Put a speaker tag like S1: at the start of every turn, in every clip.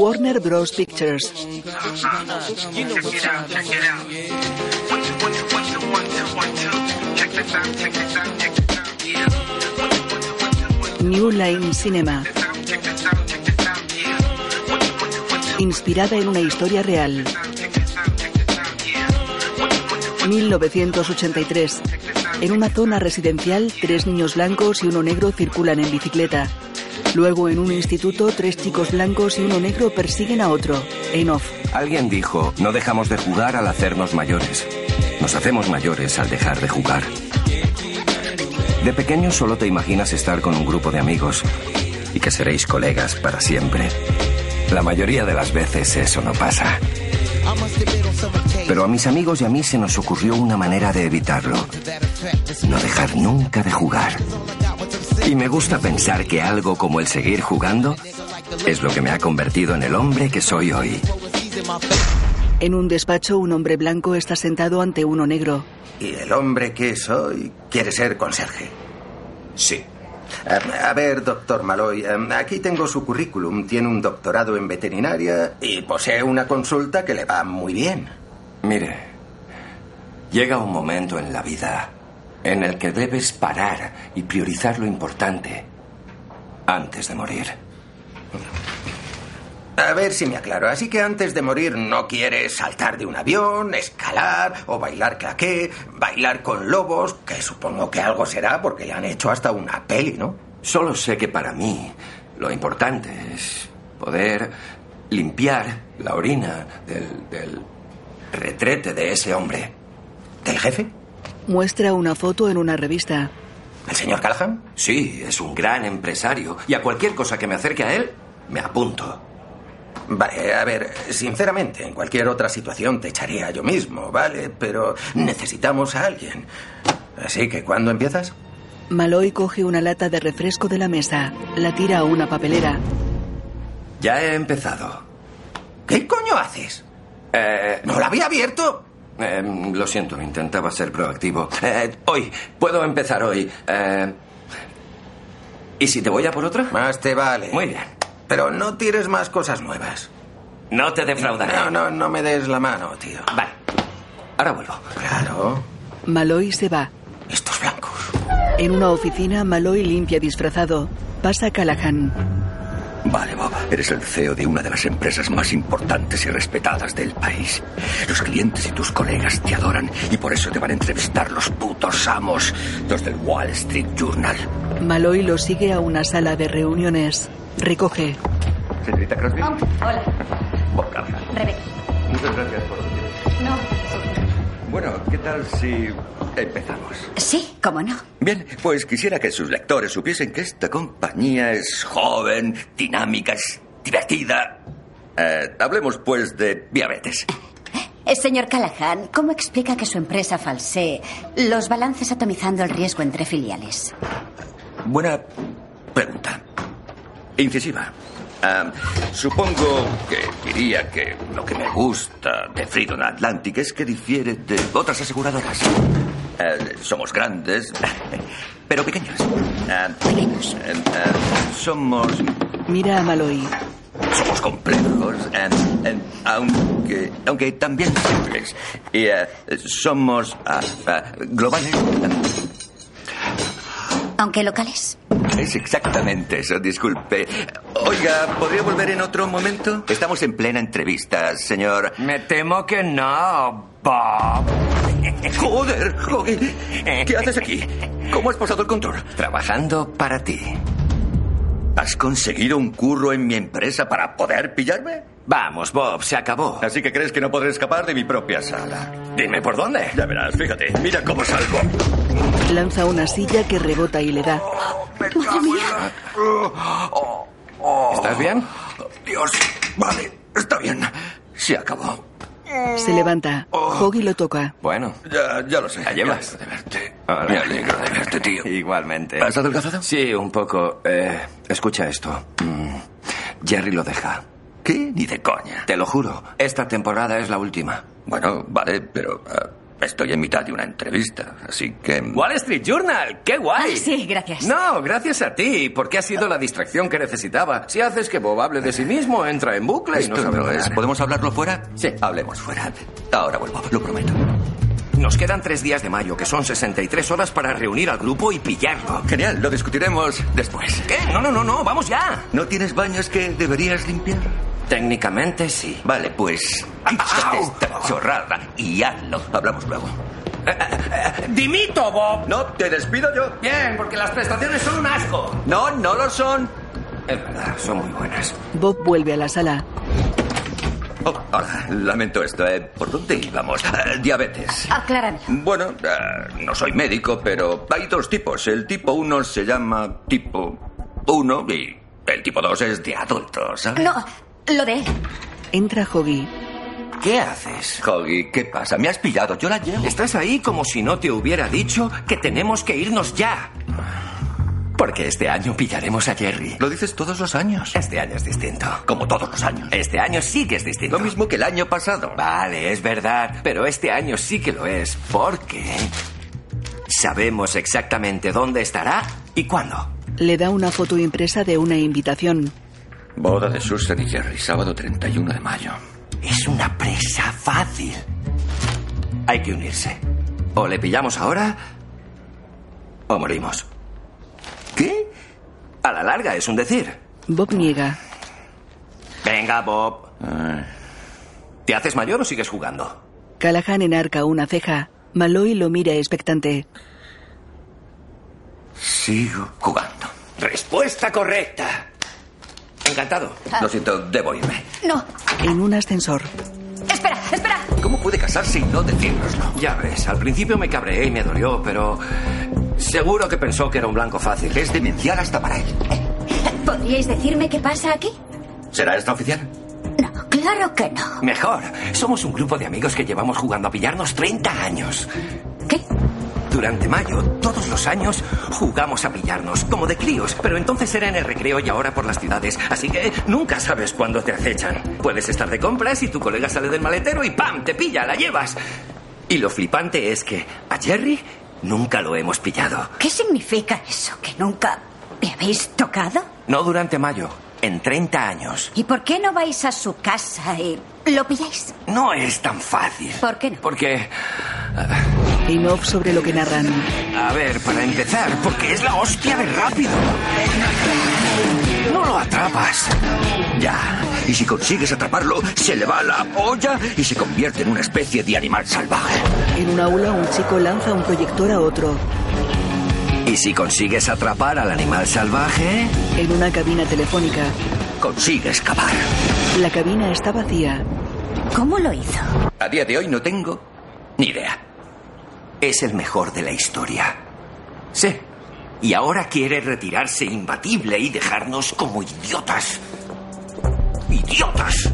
S1: Warner Bros. Pictures. New Line Cinema. Inspirada en una historia real. 1983. En una zona residencial, tres niños blancos y uno negro circulan en bicicleta. Luego, en un instituto, tres chicos blancos y uno negro persiguen a otro. En off.
S2: Alguien dijo, no dejamos de jugar al hacernos mayores. Nos hacemos mayores al dejar de jugar. De pequeño solo te imaginas estar con un grupo de amigos y que seréis colegas para siempre. La mayoría de las veces eso no pasa. Pero a mis amigos y a mí se nos ocurrió una manera de evitarlo. No dejar nunca de jugar. Y me gusta pensar que algo como el seguir jugando es lo que me ha convertido en el hombre que soy hoy.
S1: En un despacho, un hombre blanco está sentado ante uno negro.
S3: Y el hombre que soy quiere ser conserje. Eh,
S4: Sí.
S3: A ver, doctor Maloy, aquí tengo su currículum. Tiene un doctorado en veterinaria y posee una consulta que le va muy bien.
S2: Mire, llega un momento en la vida en el que debes parar y priorizar lo importante antes de morir.
S3: A ver si me aclaro. Así que antes de morir no quieres saltar de un avión, escalar o bailar claqué, bailar con lobos, que supongo que algo será porque le han hecho hasta una peli, ¿no?
S2: Solo sé que para mí lo importante es poder limpiar la orina del, del retrete de ese hombre.
S3: ¿Del jefe?
S1: Muestra una foto en una revista.
S3: ¿El señor Callahan?
S2: Sí, es un gran empresario y a cualquier cosa que me acerque a él, me apunto.
S3: Vale, a ver, sinceramente, en cualquier otra situación te echaría yo mismo, ¿vale? Pero necesitamos a alguien. Así que, ¿cuándo empiezas?
S1: Maloy coge una lata de refresco de la mesa, la tira a una papelera.
S2: Ya he empezado.
S3: ¿Qué coño haces?
S2: Eh,
S3: ¡No la había abierto!
S2: eh,
S5: Em,
S2: lo siento, intentaba ser proactivo. Eh, hoy, puedo empezar hoy. Eh, ¿Y si te voy a por otra?
S3: Más te vale.
S2: Muy bien.
S3: Pero no tires más cosas nuevas.
S2: No te defraudaré.
S3: No, no, no me des la mano, tío.
S2: Vale. Ahora vuelvo.
S3: Claro.
S1: Maloy se va.
S3: Estos blancos.
S1: En una oficina, Maloy limpia disfrazado. Pasa Callahan.
S5: Vale, Bob, eres el CEO de una de las empresas más importantes y respetadas del país. Los clientes y tus colegas te adoran y por eso te van a entrevistar los putos amos, los del Wall Street Journal.
S1: Maloy lo sigue a una sala de reuniones. Recoge.
S5: Señorita Crosby,
S6: Oh, hola,
S5: Bob Callahan.
S6: Rebeca.
S5: Muchas gracias por venir.
S6: No.
S5: Bueno, ¿qué tal si empezamos?
S6: Sí, cómo no.
S5: Bien, pues quisiera que sus lectores supiesen que esta compañía es joven, dinámica, es divertida. Eh, hablemos pues de diabetes.
S6: Eh, Señor Callahan, ¿cómo explica que su empresa falsee los balances atomizando el riesgo entre filiales?
S5: Buena pregunta. Incisiva. Ah, supongo que diría que lo que me gusta de Freedom Atlantic es que difiere de otras aseguradoras. Eh, somos grandes, pero pequeños.
S6: Pequeños.
S5: em, somos
S1: Mira a Maloy.
S5: somos complejos, eh, eh, aunque, aunque también simples. Y eh, somos ah, ah, globales.
S6: Aunque locales.
S5: Es exactamente eso, disculpe. Oiga, ¿podría volver en otro momento? Estamos en plena entrevista, señor.
S2: Me temo que no, Bob.
S5: Joder, Hoggy, ¿qué haces aquí? ¿Cómo has pasado el control?
S2: Trabajando para ti.
S5: ¿Has conseguido un curro en mi empresa para poder pillarme?
S2: Vamos, Bob, se acabó.
S5: Así que crees que no podré escapar de mi propia sala.
S2: Dime por dónde.
S5: Ya verás, fíjate, mira cómo salgo.
S1: Lanza una silla que rebota y le da.
S6: Madre mía.
S2: ¿Estás bien?
S5: Oh, Dios, vale, está bien. Se acabó.
S1: Se levanta. Hoggy lo toca.
S2: Bueno,
S5: Ya, ya lo sé.
S2: ¿La llevas?
S5: Me alegro de verte.
S2: Hola.
S5: Me alegro de verte, tío.
S2: igualmente.
S5: ¿Has adelgazado?
S2: Sí, un poco. Eh, escucha esto. Mm, Jerry lo deja.
S5: ¿Qué? Ni de coña.
S2: Te lo juro, esta temporada es la última.
S5: Bueno, vale, pero... ah,
S7: Estoy en mitad de una entrevista, así que...
S5: Wall Street Journal, qué guay.
S6: Ah, sí, gracias.
S5: No, gracias a ti, porque ha sido la distracción que necesitaba. Si haces que Bob hable de sí mismo, entra en bucle y no
S7: Esto
S5: sabe
S7: no es.
S5: parar.
S7: ¿Podemos hablarlo fuera?
S5: Sí.
S7: Hablemos fuera. Ahora vuelvo, lo prometo.
S5: Nos quedan tres días de mayo, que son 63 horas para reunir al grupo y pillarlo.
S7: Genial, lo discutiremos después.
S5: ¿Qué? No, no, no, no, vamos ya.
S7: ¿No tienes baños que deberías limpiar?
S5: Técnicamente sí.
S7: Vale, pues... Quítate esta chorrada y hazlo. Hablamos luego.
S5: ¡Dimito, Bob!
S7: No, te despido yo.
S5: Bien, porque las prestaciones son un asco.
S7: No, no lo son.
S5: Es verdad, son muy buenas.
S1: Bob vuelve a la sala.
S7: Oh, ahora, lamento esto, ¿eh? ¿Por dónde íbamos? Eh, diabetes.
S6: Aclárame.
S7: Bueno, eh, no soy médico, pero hay dos tipos. El tipo 1 se llama tipo 1 y el tipo 2 es de adultos, ¿sabes?
S6: No, lo de él.
S1: Entra Hoggy.
S5: ¿Qué haces?
S7: Hoggy, ¿qué pasa? ¿Me has pillado? Yo la llevo.
S5: Estás ahí como si no te hubiera dicho que tenemos que irnos ya. Porque este año pillaremos a Jerry.
S7: Lo dices todos los años.
S5: Este año es distinto.
S7: Como todos los años.
S5: Este año sí que es distinto.
S7: Lo mismo que el año pasado.
S5: Vale, es verdad, pero este año sí que lo es, porque sabemos exactamente dónde estará y cuándo.
S1: Le da una foto impresa de una invitación.
S7: Boda de Susan y Jerry, sábado 31 de mayo.
S5: Es una presa fácil. Hay que unirse. O le pillamos ahora o morimos. ¿Qué? A la larga es un decir.
S1: Bob niega.
S5: Venga, Bob. ¿Te haces mayor o sigues jugando?
S1: Callahan enarca una ceja. Malloy lo mira expectante.
S7: Sigo jugando.
S5: Respuesta correcta. Encantado.
S7: Lo siento, debo irme.
S6: No,
S1: En un ascensor.
S6: espera, espera.
S7: ¿Cómo puede casarse y no decírnoslo?
S5: Ya ves, al principio me cabreé y me dolió, pero seguro que pensó que era un blanco fácil.
S7: Es demencial hasta para él.
S6: ¿Podríais decirme qué pasa aquí?
S7: ¿Será esta oficial?
S6: No, claro que no.
S5: Mejor, somos un grupo de amigos que llevamos jugando a pillarnos 30 años.
S6: ¿Qué?
S5: Durante mayo, todos los años, jugamos a pillarnos, como de críos, pero entonces era en el recreo y ahora por las ciudades, así que nunca sabes cuándo te acechan. Puedes estar de compras y tu colega sale del maletero y ¡pam! te pilla, la llevas. Y lo flipante es que a Jerry nunca lo hemos pillado.
S6: ¿Qué significa eso? ¿Que nunca le habéis tocado?
S5: No durante mayo, en 30 años.
S6: ¿Y por qué no vais a su casa y lo pilláis?
S5: No es tan fácil.
S6: ¿Por qué no?
S5: Porque,
S1: En off sobre lo que narran.
S5: a ver, para empezar, porque es la hostia de rápido. No lo atrapas.
S7: Ya. Y si consigues atraparlo, se le va la olla y se convierte en una especie de animal salvaje.
S1: En un aula un chico lanza un proyector a otro.
S5: Y si consigues atrapar al animal salvaje,
S1: En una cabina telefónica.
S7: Consigue escapar.
S1: La cabina está vacía.
S6: ¿Cómo lo hizo?
S7: A día de hoy no tengo ni idea.
S5: es el mejor de la historia. Sí. Y ahora quiere retirarse imbatible y dejarnos como idiotas. ¡Idiotas!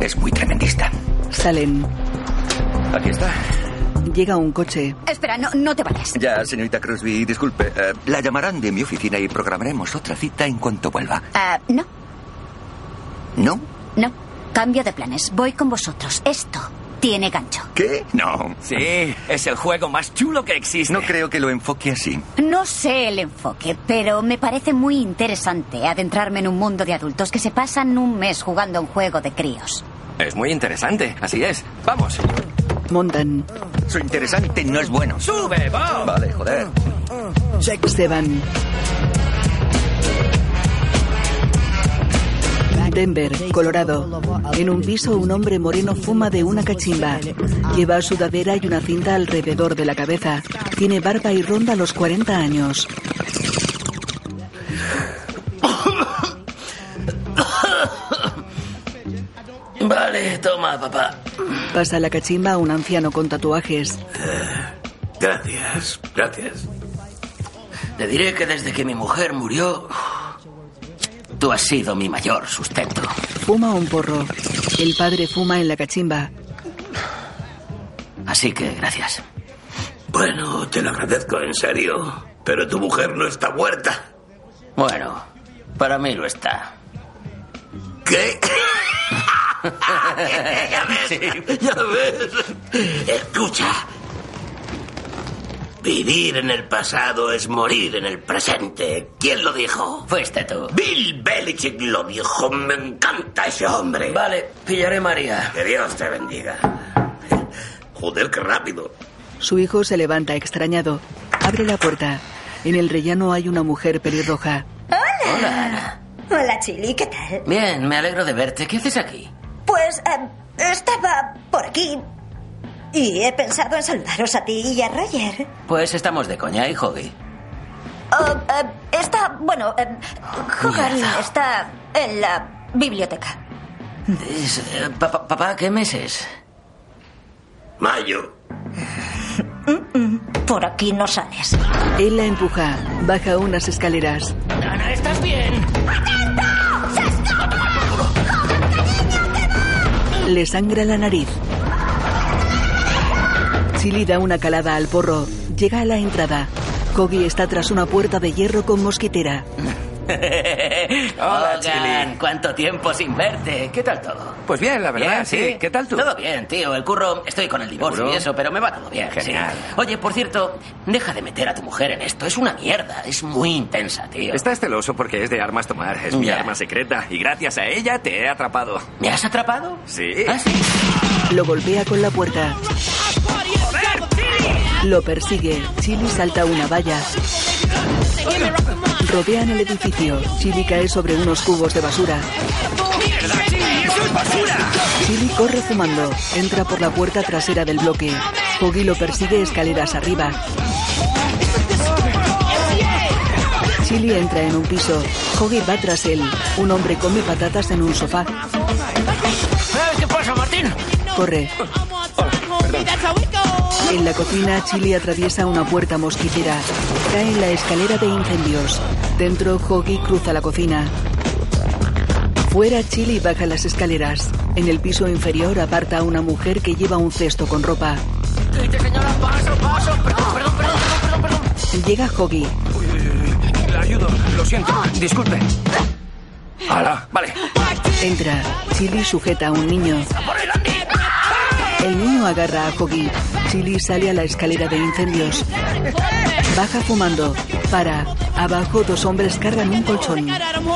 S7: Es muy tremendista.
S1: Salen.
S7: Aquí está.
S1: Llega un coche.
S6: Espera, no, no te vayas.
S7: Ya, señorita Crosby, disculpe. eh, la llamarán de mi oficina y programaremos otra cita en cuanto vuelva.
S6: Ah, no,
S7: ¿No?
S6: no. Cambio de planes. Voy con vosotros. Esto tiene gancho.
S7: ¿Qué? No.
S5: Sí, es el juego más chulo que existe.
S7: No creo que lo enfoque así.
S6: No sé el enfoque, pero me parece muy interesante adentrarme en un mundo de adultos que se pasan un mes jugando a un juego de críos.
S5: Es muy interesante, así es. Vamos.
S1: Montan.
S7: Su interesante no es bueno.
S5: ¡Sube, Bob!
S7: Vale, joder.
S1: Se van. Denver, Colorado. En un piso un hombre moreno fuma de una cachimba. Lleva sudadera y una cinta alrededor de la cabeza. Tiene barba y ronda los 40 años.
S5: Vale, toma, papá.
S1: Pasa la cachimba a un anciano con tatuajes.
S5: Gracias, gracias. Te diré que desde que mi mujer murió, tú has sido mi mayor sustento.
S1: Fuma un porro. El padre fuma en la cachimba.
S5: Así que gracias.
S8: Bueno, Oh, te lo agradezco en serio, pero tu mujer no está muerta.
S5: Bueno, para mí lo está.
S8: ¿Qué? ya ves, ya ves. Escucha,
S9: Vivir en el pasado es morir en el presente. ¿Quién lo dijo?
S10: Fuiste tú.
S9: Bill Belichick lo dijo. Me encanta ese hombre.
S10: Vale, pillaré María.
S9: Que Dios te bendiga. Joder, qué rápido.
S1: Su hijo se levanta extrañado. Abre la puerta. En el rellano hay una mujer pelirroja.
S11: Hola.
S10: Hola, Ana.
S11: Hola, Chili, ¿qué tal?
S10: Bien, me alegro de verte. ¿Qué haces aquí?
S11: Pues eh, estaba por aquí y he pensado en saludaros a ti y a Roger.
S10: Pues estamos de coña y hobby.
S11: Oh, eh, está, bueno, eh, Hogan está en la biblioteca.
S10: Es, eh, papá, papá, ¿qué meses?
S9: Mayo.
S11: Mm, Por aquí no sales.
S1: Él la empuja. Baja unas escaleras.
S10: Ana, ¿estás bien?
S1: Le sangra la nariz. Chili da una calada al porro. Llega a la entrada. Kogi está tras una puerta de hierro con mosquitera.
S10: Hola, Hogan, cuánto tiempo sin verte. ¿Qué tal todo?
S4: Pues bien, la verdad,
S10: Bien,
S4: sí. ¿Qué tal tú?
S10: Todo bien, tío. El curro, estoy con el divorcio
S4: ¿Seguro?
S10: y eso, pero me va todo bien. sí.
S4: Genial.
S10: Oye, por cierto, deja de meter a tu mujer en esto. Es una mierda. Es muy intensa, tío.
S4: Estás celoso porque es de armas tomar. Es mi
S10: Ya.
S4: arma secreta. Y gracias a ella te he atrapado.
S10: ¿Me has atrapado?
S4: Sí.
S10: ¿Ah, sí?
S1: Lo golpea con la puerta. Lo persigue. Chili salta una valla. Rodean el edificio. Chili cae sobre unos cubos de basura. Chili corre fumando. Entra por la puerta trasera del bloque. Foggy lo persigue escaleras arriba. Chili entra en un piso. Foggy va tras él. Un hombre come patatas en un sofá.
S10: ¿Qué pasa, Martín?
S1: Corre. En la cocina, Chili atraviesa una puerta mosquitera. Cae en la escalera de incendios. Dentro, Hoggy cruza la cocina. Fuera, Chili baja las escaleras. En el piso inferior, aparta a una mujer que lleva un cesto con ropa.
S10: Señora, paso, paso. Perdón, perdón, perdón, perdón, perdón.
S1: Llega Hoggy.
S4: Le ayudo. Lo siento. Disculpe. Hola. Vale.
S1: Entra. Chili sujeta a un niño. El niño agarra a Hoggy. Chili sale a la escalera de incendios. Baja fumando. Para. Abajo, dos hombres cargan un colchón.
S4: Oh,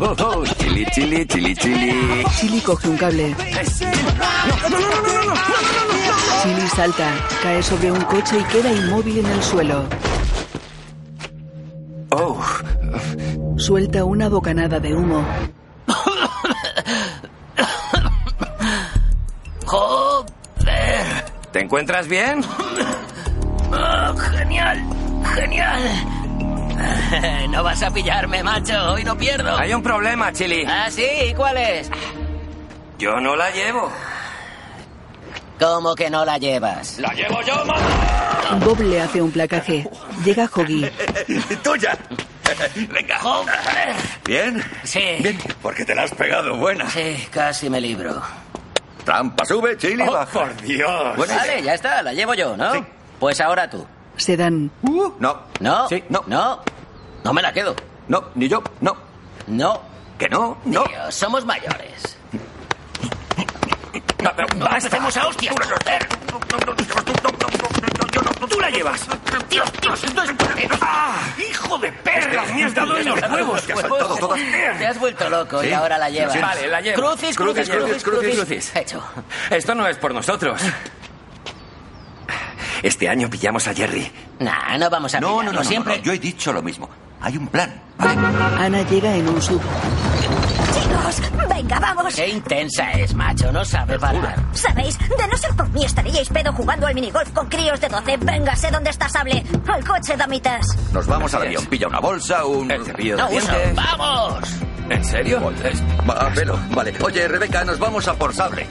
S4: oh, oh. Chili, chili, chili, chili.
S1: Chili coge un cable. Chili salta, cae sobre un coche y queda inmóvil en el suelo.
S4: Oh.
S1: Suelta una bocanada de humo.
S10: Joder.
S4: ¿Te encuentras bien?
S10: Oh, genial, genial. No vas a pillarme, macho. Hoy no pierdo.
S4: Hay un problema, Chili.
S10: Ah, sí, ¿y cuál es?
S4: Yo no la llevo.
S10: ¿Cómo que no la llevas?
S9: ¡La llevo yo, mamá!
S1: Bob le hace un placaje. Llega Hoggy.
S5: ¡Tuya! Venga. ¿Bien?
S10: Oh. Sí.
S5: Bien, porque te la has pegado buena.
S10: Sí, Eh, casi me libro.
S5: Trampa sube, chili
S9: ¡Oh,
S5: baja.
S9: por
S4: Ah,
S9: Dios!
S5: Buena idea.
S10: Vale, ya está, la llevo yo, ¿no?
S5: Sí.
S10: Pues ahora tú.
S1: Se dan.
S5: No.
S10: No,
S5: Sí, no.
S10: no, no me la quedo.
S5: No, ni yo, no.
S10: No,
S5: Que no, no.
S10: tío, somos mayores.
S4: No, pero
S10: empecemos a hostias.
S4: Tú la llevas.
S10: Dios, Dios, esto es
S4: ¡Ah! ¡Hijo de perra! Me has dado en los huevos.
S5: Te has saltado todas.
S10: Te has vuelto loco y
S5: Sí.
S10: ahora la llevas.
S4: Vale, la llevo.
S10: Crucis, crucis, crucis, crucis, Hecho.
S4: Esto no es por nosotros. Este año pillamos a Jerry.
S10: Eh, Nah, no vamos a
S5: No,
S10: pillarlo,
S5: no, no, no,
S10: siempre.
S5: no, Yo he dicho lo mismo. Hay un plan, ¿vale?
S1: Ana llega en un sub.
S11: Chicos, Pues, venga, vamos.
S10: Qué intensa es, macho, no sabe parar.
S11: ¿Sabéis? De no ser por mí estaríais pedo jugando al minigolf con críos de 12. Venga, sé dónde está Sable. Al coche, damitas.
S5: Nos vamos al avión. Pilla una bolsa, un...
S4: El cepillo de
S10: No, uno,
S4: dientes.
S10: vamos.
S4: ¿En serio?
S5: Va, velo. Vale. Oye, Rebeca, nos vamos a por sable.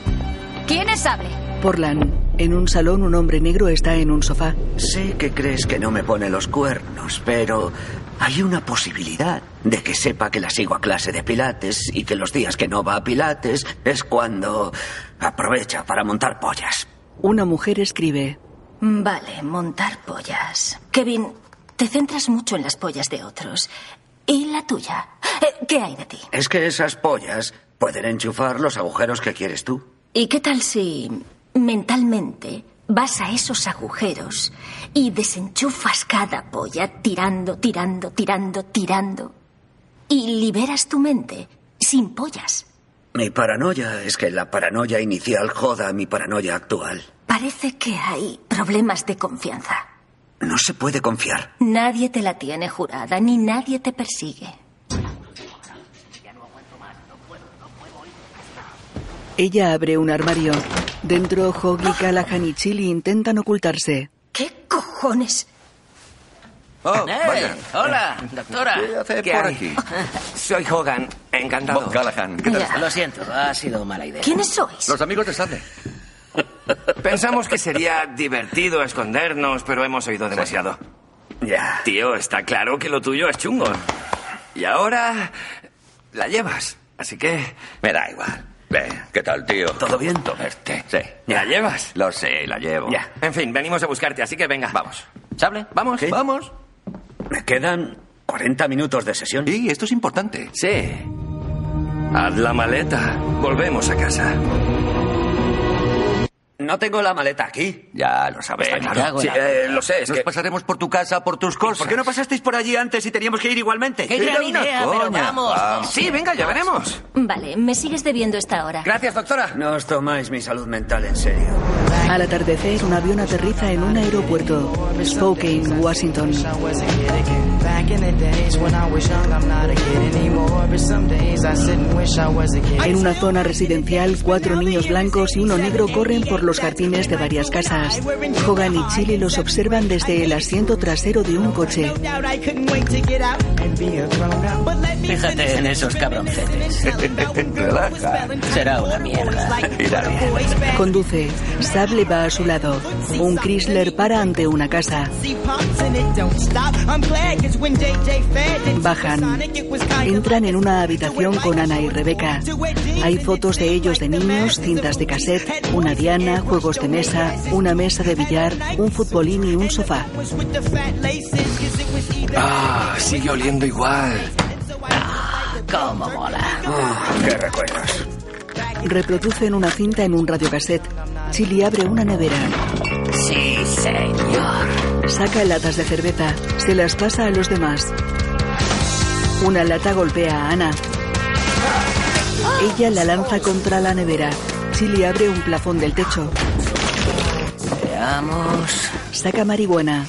S12: ¿Quién es Sable?
S1: Portland. En un salón, un hombre negro está en un sofá.
S7: Sé que crees que no me pone los cuernos, pero hay una posibilidad de que sepa que la sigo a clase de pilates y que los días que no va a pilates es cuando aprovecha para montar pollas.
S1: Una mujer escribe.
S12: Vale, montar pollas. Kevin, te centras mucho en las pollas de otros. ¿Y la tuya? Eh, ¿Qué hay de ti?
S7: Es que esas pollas pueden enchufar los agujeros que quieres tú.
S12: ¿Y qué tal si mentalmente Vas a esos agujeros y desenchufas cada polla tirando, tirando, tirando, tirando. Y liberas tu mente sin pollas.
S7: Mi paranoia es que la paranoia inicial joda a mi paranoia actual.
S12: Parece que hay problemas de confianza.
S7: No se puede confiar.
S12: Nadie te la tiene jurada, ni nadie te persigue.
S1: Ella abre un armario. Dentro, Hoggy, Callahan y Chili intentan ocultarse.
S12: ¿Qué cojones?
S5: Oh,
S10: Eh,
S5: vaya.
S10: hola, doctora.
S5: ¿Qué hace por
S10: hay?
S5: aquí? Soy Hogan, encantado.
S10: Bob
S5: Callahan,
S10: Ya, Lo siento, ha sido mala idea.
S12: ¿Quiénes sois?
S5: Los amigos de Sade. Pensamos que sería divertido escondernos, pero hemos oído demasiado.
S7: Ya.
S5: Tío, está claro que lo tuyo es chungo. Y ahora la llevas. Así que
S13: Me da igual. Ve, ¿qué tal, tío?
S7: ¿Todo bien?
S13: Verte. Sí.
S5: la llevas.
S13: Lo sé, la llevo.
S5: Ya. En fin, venimos a buscarte, así que venga. Vamos. ¿Sable? Vamos.
S7: ¿Qué?
S5: Vamos.
S7: Me quedan 40 minutos de sesión.
S13: Y esto es importante.
S5: Sí. Haz la maleta. Volvemos a casa.
S7: No tengo la maleta aquí.
S13: Ya lo sabes.
S5: Está claro.
S13: Sí,
S5: Me cago en la-
S13: eh, lo sé. es
S5: Nos
S13: que... pasaremos por tu casa, por tus cosas.
S7: ¿Por qué no pasasteis por allí antes y teníamos que ir igualmente?
S10: ¡Qué gran idea! ¡Pero vamos!
S5: Sí, venga, ya veremos.
S12: Vale, me sigues debiendo esta hora.
S5: Gracias, doctora.
S7: No os tomáis mi salud mental en serio.
S1: Al atardecer, un avión aterriza en un aeropuerto. Spokane, Washington.
S8: I wasn't a kid again. Back in the days when I was young, I'm not a kid anymore. But some days I sit and wish I was a kid.
S1: En una zona residencial, cuatro niños blancos y uno negro corren por los jardines de varias casas. Hogan y Chili los observan desde el asiento trasero de un coche.
S8: Out, I couldn't wait to get out and be a grown up. But let me
S10: Fíjate en esos cabroncetes.
S13: Relaja.
S10: Será una mierda.
S13: Mira bien.
S1: Conduce. Sable va a su lado. Un Chrysler para ante una casa.
S8: see pops and it don't stop. I'm glad 'cause when JJ fed it,
S1: Bajan. Entran en una habitación con Ana y Rebeca. Hay fotos de ellos de niños, cintas de cassette, una diana, juegos de mesa, una mesa de billar, un futbolín y un sofá.
S8: was with the fat laces 'cause it was either.
S5: Ah, sigue oliendo igual.
S10: ¡Cómo mola!
S5: ah.
S7: ¿Qué recuerdos?
S1: Reproducen una cinta en un radiocassette. Chili abre una nevera.
S10: Sí, señor.
S1: Saca latas de cerveza. Se las pasa a los demás. Una lata golpea a Ana. Ella la lanza contra la nevera. Chili abre un plafón del techo.
S10: Veamos.
S1: Saca marihuana.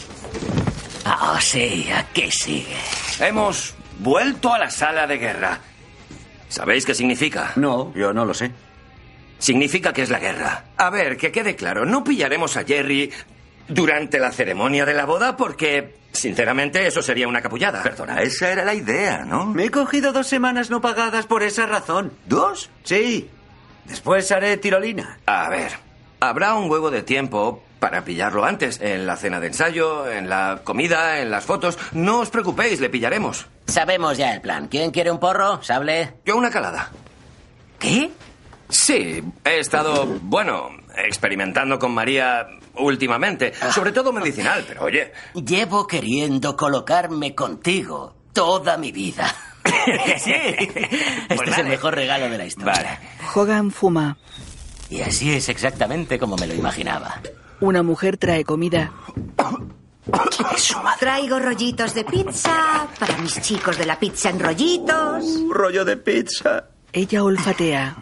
S10: Ah, sí, aquí sigue.
S5: Hemos vuelto a la sala de guerra. ¿Sabéis qué significa?
S7: No, yo no lo sé.
S5: Significa que es la guerra. A ver, que quede claro, no pillaremos a Jerry durante la ceremonia de la boda porque, sinceramente, eso sería una capullada.
S13: Perdona, esa era la idea, ¿no?
S7: Me he cogido dos semanas no pagadas por esa razón.
S13: ¿Dos?
S7: Sí. Después haré tirolina.
S5: A ver, habrá un huevo de tiempo para pillarlo antes, en la cena de ensayo, en la comida, en las fotos. No os preocupéis, le pillaremos.
S10: Sabemos ya el plan. ¿Quién quiere un porro? ¿Sable?
S5: Yo una calada.
S10: ¿Qué?
S5: Sí, he estado, bueno, experimentando con María últimamente,
S10: Ah.
S5: sobre todo medicinal, pero oye,
S10: Llevo queriendo colocarme contigo toda mi vida. sí. Este es el
S5: Pues vale.
S10: mejor regalo de la historia.
S5: vale.
S1: Hogan fuma.
S10: Y así es exactamente como me lo imaginaba.
S1: Una mujer trae comida.
S11: Traigo rollitos de pizza para mis chicos de la pizza en rollitos.
S7: Un Uh, rollo de pizza.
S1: Ella olfatea.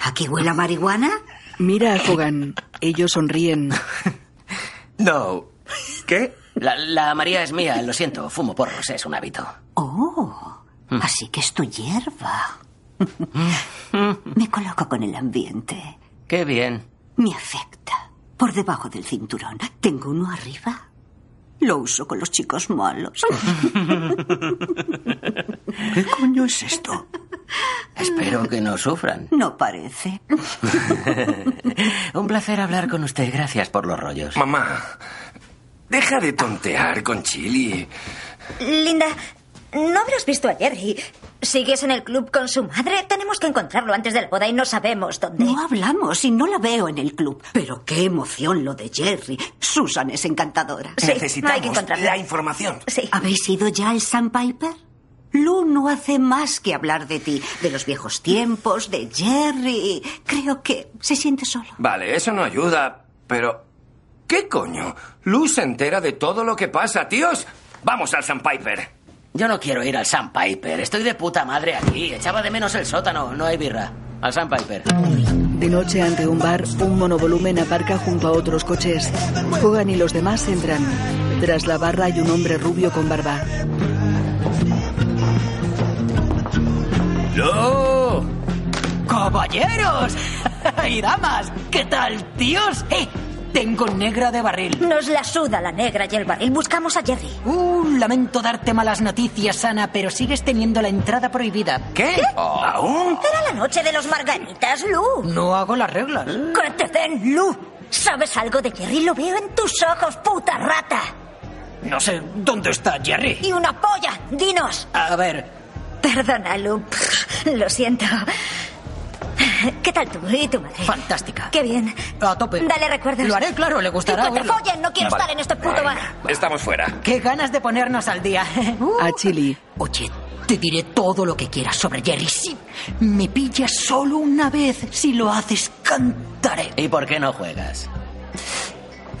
S11: ¿Aquí huele a marihuana?
S1: Mira a Hogan. Ellos sonríen.
S5: No. ¿Qué?
S10: La, la María es mía, lo siento, fumo porros, es un hábito.
S11: Oh, así que es tu hierba. Me coloco con el ambiente.
S10: Qué bien.
S11: Me afecta. Por debajo del cinturón. Tengo uno arriba. Lo uso con los chicos malos.
S7: ¿Qué coño es esto?
S10: Espero que no sufran.
S11: No parece.
S10: Un placer hablar con usted, gracias por los rollos.
S5: Mamá, deja de tontear con Chili.
S11: Linda, ¿no habrás visto a Jerry? ¿Sigues en el club con su madre? Tenemos que encontrarlo antes de la boda y no sabemos dónde. No hablamos y no la veo en el club. Pero qué emoción lo de Jerry. Susan es encantadora. Sí, hay que
S5: Necesitamos
S11: encontrarlo.
S5: la información.
S11: ¿Habéis ido ya al Sandpiper?
S14: Lu no hace más que hablar de ti, de los viejos tiempos, de Jerry. Creo que se siente solo.
S4: Vale, eso no ayuda, pero... ¿Qué coño? Luz se entera de todo lo que pasa, tíos. Vamos al Sandpiper.
S10: Yo no quiero ir al Sandpiper. Estoy de puta madre aquí. Echaba de menos el sótano. No hay birra. Al Sandpiper.
S1: De noche ante un bar, un monovolumen aparca junto a otros coches. Hogan y los demás entran. Tras la barra hay un hombre rubio con barba.
S10: ¡No! ¡Caballeros! ¡Y damas! ¿Qué tal, tíos? ¡Eh! Tengo negra de barril.
S11: Nos la suda la negra y el barril. Buscamos a Jerry.
S10: Uh, lamento darte malas noticias, Ana, pero sigues teniendo la entrada prohibida. ¿Qué? ¿Aún?
S11: Era la noche de los margaritas, Lu.
S10: No hago las reglas.
S11: ¡Que te den, Lu! ¿Sabes algo de Jerry? Lo veo en tus ojos, puta rata.
S10: No sé dónde está Jerry.
S11: ¡Y una polla! ¡Dinos!
S10: A ver,
S11: Perdona, Lu. Lo siento. ¿Qué tal tú y tu madre?
S10: Fantástica.
S11: Qué bien.
S10: A tope.
S11: Dale recuerdos.
S10: Lo haré, claro, le gustará
S11: Y que te
S10: Pues oírlo.
S11: follen, no quiero
S10: Vale.
S11: estar en este puto bar.
S4: Estamos fuera.
S10: Qué ganas de ponernos al día. Uh.
S1: A Chili.
S10: Oye, te diré todo lo que quieras sobre Jerry. Si me pillas solo una vez, si lo haces, cantaré. ¿Y por qué no juegas?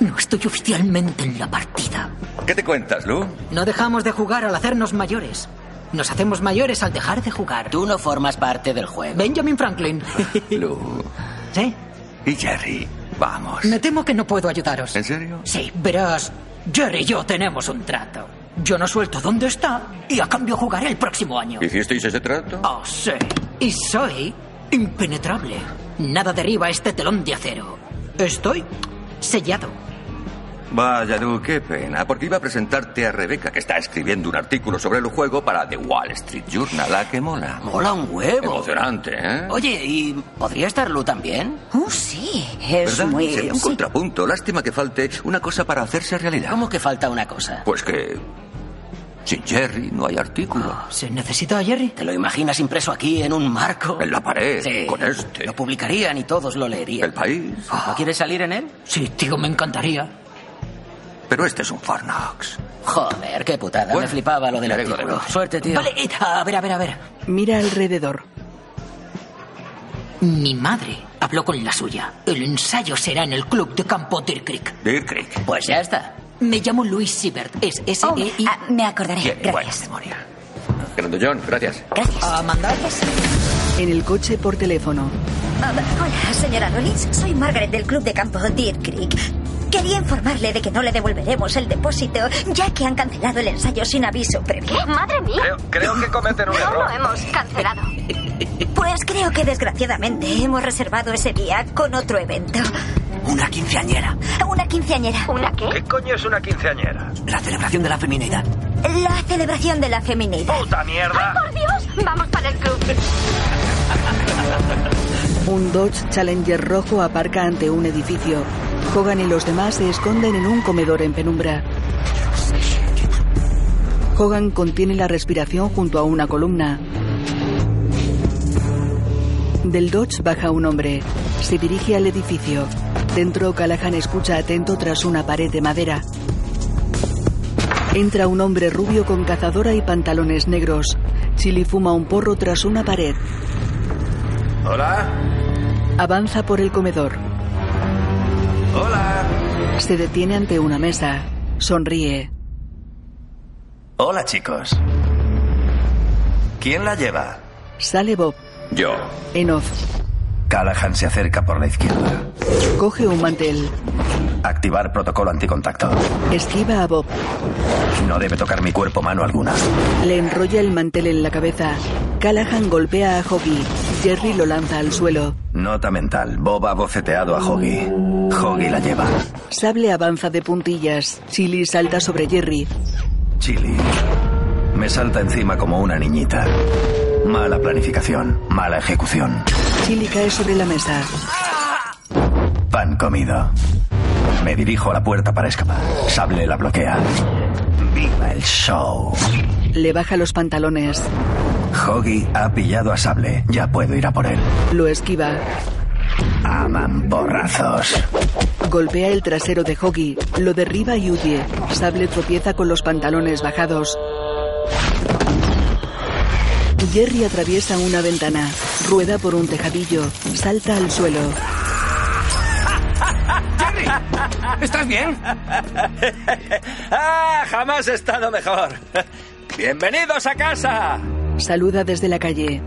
S10: No estoy oficialmente en la partida.
S5: ¿Qué te cuentas, Lu?
S10: No dejamos de jugar al hacernos mayores. Nos hacemos mayores al dejar de jugar. Tú no formas parte del juego. Benjamin Franklin.
S5: Lu.
S10: ¿Sí?
S5: Y Jerry. Vamos.
S10: Me temo que no puedo ayudaros.
S5: ¿En serio?
S10: Pues Sí, verás, Jerry y yo tenemos un trato. Yo no suelto dónde está y a cambio jugaré el próximo año.
S5: ¿Hicisteis ese trato?
S10: Oh, sí. Y soy impenetrable. Nada derriba este telón de acero. Estoy sellado.
S5: Vaya, Lu, qué pena, porque iba a presentarte a Rebeca, que está escribiendo un artículo sobre el juego para The Wall Street Journal. ¿A que mola?
S10: Mola un huevo.
S5: Emocionante, ¿eh?
S10: Oye, ¿y podría estar Lu también?
S6: Oh, sí.
S10: Es
S5: ¿Verdad?
S10: muy...
S5: Sería un contrapunto. Lástima que falte una cosa para hacerse realidad.
S10: ¿Cómo que falta una cosa?
S5: Pues que... Sin Jerry no hay artículo.
S10: ¿Se necesita a Jerry? ¿Te lo imaginas impreso aquí en un marco?
S5: En la pared,
S10: Sí.
S5: con este.
S10: Lo publicarían y todos lo leerían.
S5: El país.
S10: ¿No quieres salir en él? Sí, tío, me encantaría.
S5: Pero este es un Farnox.
S10: Joder, qué putada.
S5: Bueno,
S10: me flipaba lo del
S5: me alegro de
S10: artículo.
S5: verte.
S10: Suerte, tío. Vale, eh, a ver, a ver, a ver.
S1: Mira alrededor.
S10: Mi madre habló con la suya. El ensayo será en el club de campo Deer Creek.
S5: Deer Creek.
S10: Pues ya está. Me llamo Luis Siebert. Es s
S6: Oh,
S10: e i
S6: ah, me acordaré.
S5: Tiene
S6: Gracias.
S5: buena memoria. Grande John, gracias.
S10: Amanda.
S1: En el coche por teléfono.
S11: Ah, hola, señora Rollins. Soy Margaret del Club de Campo Deer Creek. Quería informarle de que no le devolveremos el depósito, ya que han cancelado el ensayo sin aviso previo.
S12: ¡Madre mía!
S15: creo que cometen un error.
S12: hemos cancelado.
S11: Pues creo que desgraciadamente hemos reservado ese día con otro evento.
S14: Una quinceañera.
S11: Una quinceañera. ¿Una
S15: ¿Qué coño es una quinceañera?
S14: La celebración de la feminidad.
S11: La celebración de la feminidad.
S15: ¡Puta mierda!
S12: ¡Por Dios! Vamos para el club.
S1: Un Dodge Challenger rojo aparca ante un edificio. Hogan y los demás se esconden en un comedor en penumbra. Hogan contiene la respiración junto a una columna. Del Dodge baja un hombre. Se dirige al edificio. Dentro, Callahan escucha atento tras una pared de madera. Entra un hombre rubio con cazadora y pantalones negros. Chili fuma un porro tras una pared.
S15: Hola.
S1: Avanza por el comedor.
S15: Hola.
S1: Se detiene ante una mesa. Sonríe.
S15: Hola, chicos. ¿Quién la lleva?
S1: Sale Bob.
S5: Yo.
S1: En off.
S15: Callahan se acerca por la izquierda.
S1: Coge un mantel.
S15: Activar protocolo anticontacto.
S1: Esquiva a Bob.
S15: No debe tocar mi cuerpo mano alguna.
S1: Le enrolla el mantel en la cabeza. Callahan golpea a Hoggy. Jerry lo lanza al suelo.
S15: Nota mental. Bob ha bofeteado a Hoggy. Hoggy la lleva.
S1: Sable avanza de puntillas. Chili salta sobre Jerry.
S15: Chili. Me salta encima como una niñita. Mala planificación, mala ejecución.
S1: Chili cae sobre la mesa.
S15: Pan comido. Me dirijo a la puerta para escapar. Sable la bloquea. ¡Viva el show!
S1: Le baja los pantalones.
S15: Hoggy ha pillado a Sable. Ya puedo ir a por él.
S1: Lo esquiva.
S15: Aman porrazos.
S1: Golpea el trasero de Hoggy. Lo derriba y huye. Sable tropieza con los pantalones bajados. Jerry atraviesa una ventana, rueda por un tejadillo, salta al suelo.
S16: ¡Jerry! ¿Estás bien? ¡Ah! Jamás he estado mejor. ¡Bienvenidos a casa!
S1: Saluda desde la calle.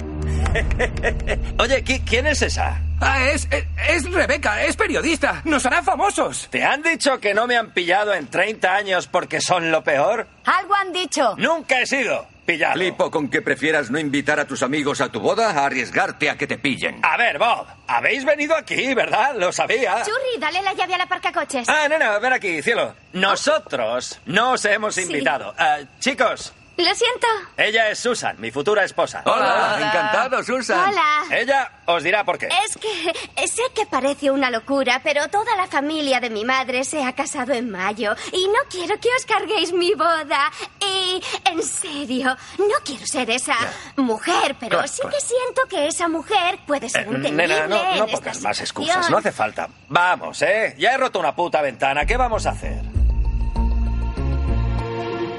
S16: Oye, ¿qui- ¿quién es esa?
S17: Ah, es, es, es Rebeca, es periodista. Nos hará famosos.
S16: ¿Te han dicho que no me han pillado en 30 años porque son lo peor?
S6: Algo han dicho.
S16: Nunca he sido pillado.
S18: Flipo con que prefieras no invitar a tus amigos a tu boda a arriesgarte a que te pillen.
S16: A ver, Bob, habéis venido aquí, ¿verdad? Lo sabía.
S19: Churri, dale la llave al aparcacoches.
S16: Ah, nena, ven aquí, cielo. Nosotros no os hemos
S19: Sí.
S16: invitado. Ah, chicos,
S19: Lo siento.
S16: ella es Susan, mi futura esposa.
S18: Hola,
S19: Hola. encantado, Susan. Hola.
S16: Ella os dirá por qué.
S19: Es que sé que parece una locura, pero toda la familia de mi madre se ha casado en mayo y no quiero que os carguéis mi boda. Y, en serio, no quiero ser esa mujer, pero
S16: Claro,
S19: sí
S16: claro.
S19: que siento que esa mujer puede
S16: Eh,
S19: ser un temible
S16: nena, no, no
S19: en este- esta
S16: pongas más
S19: situación.
S16: excusas, no hace falta. Vamos, ¿eh? Ya he roto una puta ventana, ¿qué vamos a hacer?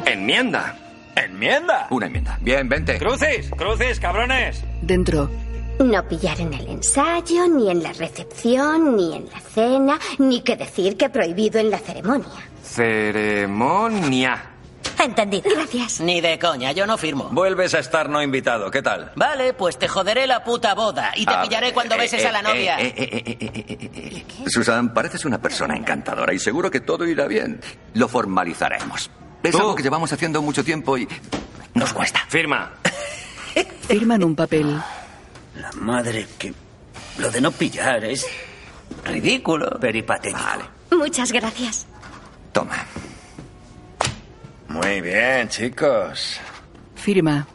S16: Enmienda. ¿Enmienda?
S18: Una enmienda. Bien, vente.
S16: Crucis, crucis, cabrones.
S1: Dentro.
S19: No pillar en el ensayo, ni en la recepción, ni en la cena, ni que decir que prohibido en la ceremonia.
S5: Ceremonia.
S19: Entendido. Gracias.
S10: Ni de coña, yo no firmo.
S16: Vuelves a estar no invitado, ¿qué tal?
S10: Vale, pues te joderé la puta boda y te
S18: Ah,
S10: pillaré cuando
S18: eh,
S10: beses
S18: eh,
S10: a la
S18: eh,
S10: novia.
S18: eh, eh, eh, eh, eh, eh, eh. Susan, pareces una persona encantadora y seguro que todo irá bien. Lo formalizaremos. Es algo que llevamos haciendo mucho tiempo y nos cuesta.
S16: Firma.
S1: Firman un papel.
S7: La madre que... Lo de no pillar es ridículo. Peripatético.
S19: Muchas gracias.
S18: Toma.
S8: Muy bien, chicos.
S1: Firma.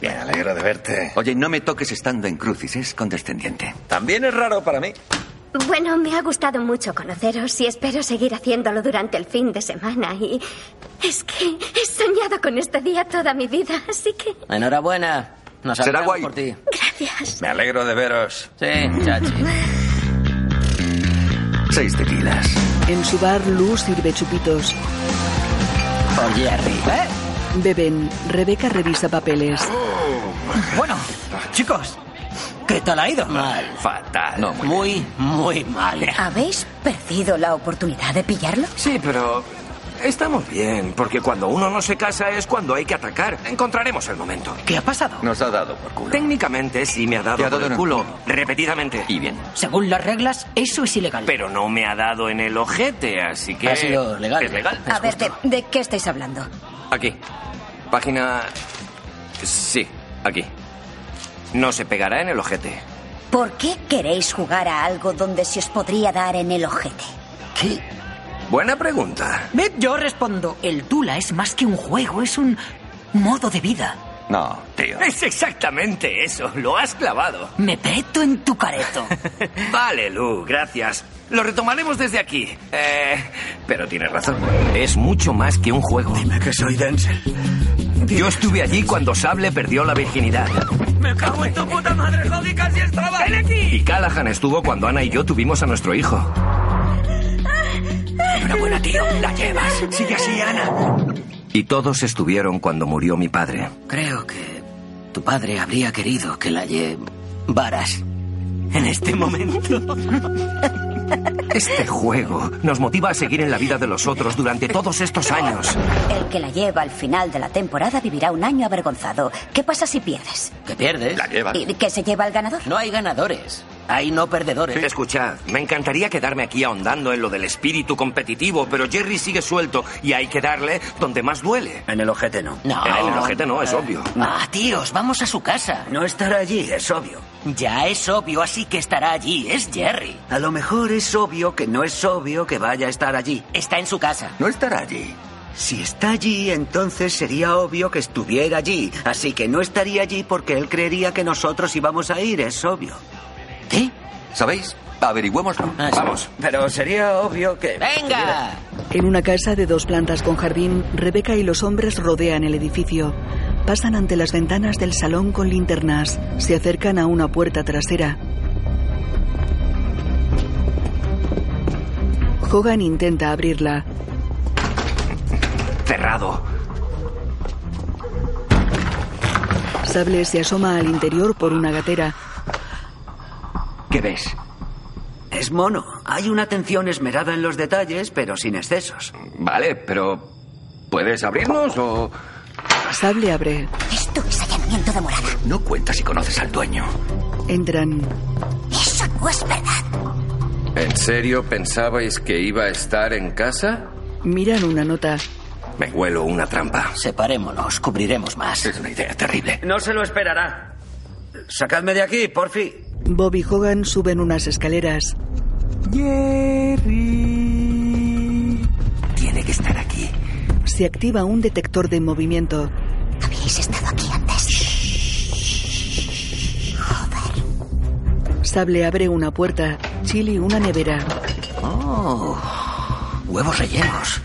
S18: Me alegro de verte. Oye, no me toques estando en crucis, es condescendiente.
S16: También es raro para mí.
S19: Bueno, me ha gustado mucho conoceros y espero seguir haciéndolo durante el fin de semana. Y es que he soñado con este día toda mi vida, así que
S10: Enhorabuena. Nos
S8: Será
S10: alegramos
S8: guay.
S10: por ti.
S19: gracias.
S8: Me alegro de veros.
S10: Sí, chachi.
S18: Seis tequilas.
S1: En su bar, Luz sirve chupitos.
S10: Por Oh, Jerry.
S1: Beben. Rebeca revisa papeles.
S10: Bueno, chicos, ¿qué tal ha ido? Mal.
S5: Fatal.
S10: muy, muy, mal.
S6: ¿Habéis perdido la oportunidad de pillarlo?
S5: Sí, pero estamos bien, porque cuando uno no se casa es cuando hay que atacar. Encontraremos el momento.
S10: ¿Qué ha pasado?
S18: Nos ha dado por culo.
S5: Técnicamente sí me ha dado
S18: Te ha
S5: por
S18: dado en
S5: el
S18: el
S5: culo, repetidamente.
S18: Y bien.
S10: Según las reglas, eso es ilegal.
S5: Pero no me ha dado en el ojete, así que...
S10: Ha sido legal. Ah.
S5: Es legal.
S6: A ver, ¿de, de qué estáis hablando?
S5: Aquí. Página... Sí, aquí. No se pegará en el ojete.
S6: ¿Por qué queréis jugar a algo donde se os podría dar en el ojete?
S5: Buena pregunta.
S10: Yo respondo, el Tula es más que un juego, es un modo de vida.
S18: No, tío.
S5: Es exactamente eso, lo has clavado.
S10: Me peto en tu careto.
S5: Vale, Lu, gracias. Lo retomaremos desde aquí. Eh, pero tienes razón. Es mucho más que un juego. Dime que soy Denzel. Yo estuve allí cuando Sable perdió la virginidad.
S8: ¡Me cago en tu puta madre, Jody! ¡Casi estaba! ¡Ven aquí!
S5: Y Callahan estuvo cuando Ana y yo tuvimos a nuestro hijo.
S8: Enhorabuena, tío. La llevas. Sigue así, Ana.
S5: Y todos estuvieron cuando murió mi padre.
S10: Creo que tu padre habría querido que la llevaras.
S5: En este momento. Este juego nos motiva a seguir en la vida de los otros durante todos estos años.
S6: El que la lleva al final de la temporada vivirá un año avergonzado. ¿Qué pasa si pierdes?
S10: ¿Que pierdes? La
S5: lleva.
S6: ¿Y qué se lleva el ganador?
S10: No hay ganadores, hay no perdedores.
S5: Escuchad, me encantaría quedarme aquí ahondando en lo del espíritu competitivo, pero Jerry sigue suelto y hay que darle donde más duele.
S7: En el ojete no.
S10: No.
S5: En el ojete no, es
S10: Eh,
S5: obvio.
S10: Ah, tíos, vamos a su casa.
S7: No estará allí, es obvio.
S10: Ya es obvio, así que estará allí. Es Jerry.
S7: A lo mejor es obvio que no es obvio que vaya a estar allí.
S10: Está en su casa.
S7: No estará allí. Si está allí, entonces sería obvio que estuviera allí. Así que no estaría allí porque él creería que nosotros íbamos a ir, es obvio.
S10: ¿Qué?
S18: ¿Sabéis? Averigüémoslo.
S8: Ah,
S18: Vamos.
S7: Pero sería obvio que...
S8: Eh.
S10: ¡Venga!
S1: En una casa de dos plantas con jardín, Rebeca y los hombres rodean el edificio. Pasan ante las ventanas del salón con linternas. Se acercan a una puerta trasera. Hogan intenta abrirla.
S5: Cerrado.
S1: Sable se asoma al interior por una gatera.
S7: ¿Qué ves? Es mono. Hay una atención esmerada en los detalles, pero sin excesos.
S5: Vale, pero... ¿Puedes abrirnos o...?
S1: Sable abre.
S6: Esto es allanamiento de morada.
S5: No cuenta si conoces al dueño.
S1: Entran.
S6: Eso no es verdad.
S5: ¿En serio pensabais que iba a estar en casa?
S1: Miran una nota.
S5: Me huelo una trampa.
S10: Separémonos, cubriremos más.
S5: Es una idea terrible.
S7: No se lo esperará. Sacadme de aquí, porfi.
S1: Bob y Hogan suben unas escaleras. Jerry.
S5: Tiene que estar aquí.
S1: Se activa un detector de movimiento.
S6: Habéis estado aquí antes.
S1: Sable abre una puerta. Chili una nevera.
S10: Oh, huevos rellenos.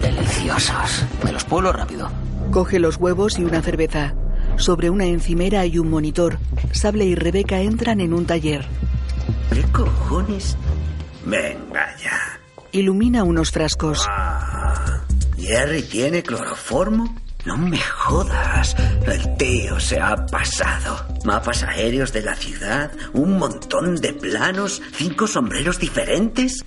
S10: Deliciosos. Me los pueblo rápido.
S1: Coge los huevos y una cerveza. Sobre una encimera hay un monitor. Sable y Rebeca entran en un taller.
S7: ¿Qué cojones?
S20: Venga ya.
S1: Ilumina unos frascos.
S7: ¿Jerry tiene cloroformo? No me jodas. El tío se ha pasado. Mapas aéreos de la ciudad, un montón de planos, cinco sombreros diferentes.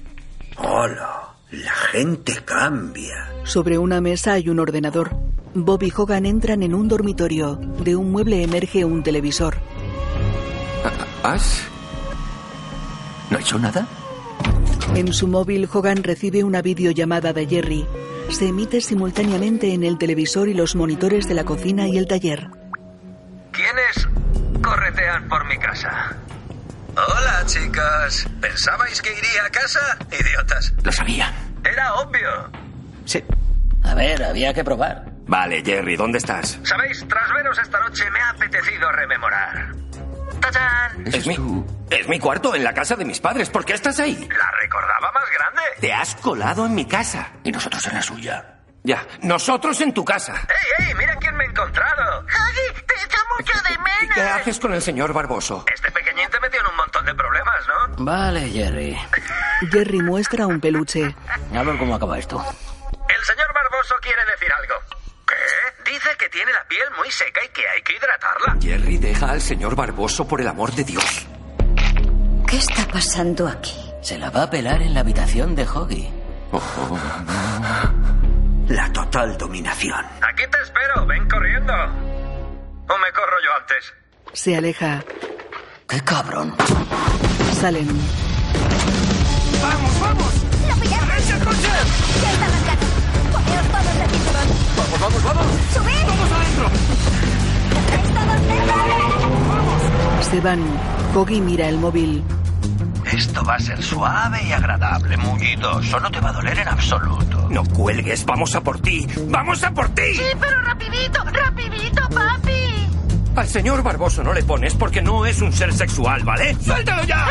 S7: Hola, la gente cambia.
S1: Sobre una mesa hay un ordenador. Bob y Hogan entran en un dormitorio. De un mueble emerge un televisor.
S5: ¿Has? ¿No he hecho nada?
S1: En su móvil, Hogan recibe una videollamada de Jerry. Se emite simultáneamente en el televisor y los monitores de la cocina y el taller.
S8: ¿Quiénes corretean por mi casa? Hola, chicas. ¿Pensabais que iría a casa? Idiotas.
S5: Lo sabía.
S8: Era obvio.
S5: Sí.
S10: A ver, había que probar.
S5: Vale, Jerry, ¿dónde estás?
S8: Sabéis, tras veros esta noche me ha apetecido rememorar. ¡Tachán!
S5: Es, mi, es mi cuarto en la casa de mis padres. ¿Por qué estás ahí?
S8: La recordaba más grande.
S5: Te has colado en mi casa. Y nosotros en la suya. Ya, nosotros en tu casa.
S8: ¡Ey, ey! ¡Mira quién me he encontrado! ¡Hagi, te echo mucho de
S5: ¿Y qué haces con el señor Barboso?
S8: Eh. Este pequeñín te metió en un montón de problemas, ¿no?
S10: Vale, Jerry.
S1: Jerry muestra un peluche.
S10: A ver cómo acaba esto.
S8: El señor Barboso quiere decir algo. ¿Qué? Dice que tiene la piel muy seca y que hay que hidratarla.
S5: Jerry, deja al señor Barboso por el amor de Dios.
S6: ¿Qué está pasando aquí?
S10: Se la va a pelar en la habitación de Hoggy.
S7: La total dominación.
S8: Aquí te espero, ven corriendo. ¿O me corro yo antes?
S1: Se aleja.
S10: ¡Qué cabrón!
S1: Salen.
S8: ¡Vamos, vamos!
S11: ¡Lo pillamos!
S8: ¡Echa el coche!
S11: ¡Ya está arrancado! ¡Poneos todos de cinturón!
S8: ¡Vamos, vamos, vamos!
S11: ¡Subid!
S8: ¡Vamos adentro!
S11: ¡Estáis todos dentro!
S1: Se van. Hoggy mira el móvil.
S20: Esto va a ser suave y agradable, muñido. Solo te va a doler en absoluto.
S5: No cuelgues, vamos a por ti. ¡Vamos a por ti!
S11: pero rapidito, rapidito, papi.
S5: Al señor Barboso no le pones porque no es un ser sexual, ¿vale? ¿Eh? ¡Suéltalo ya!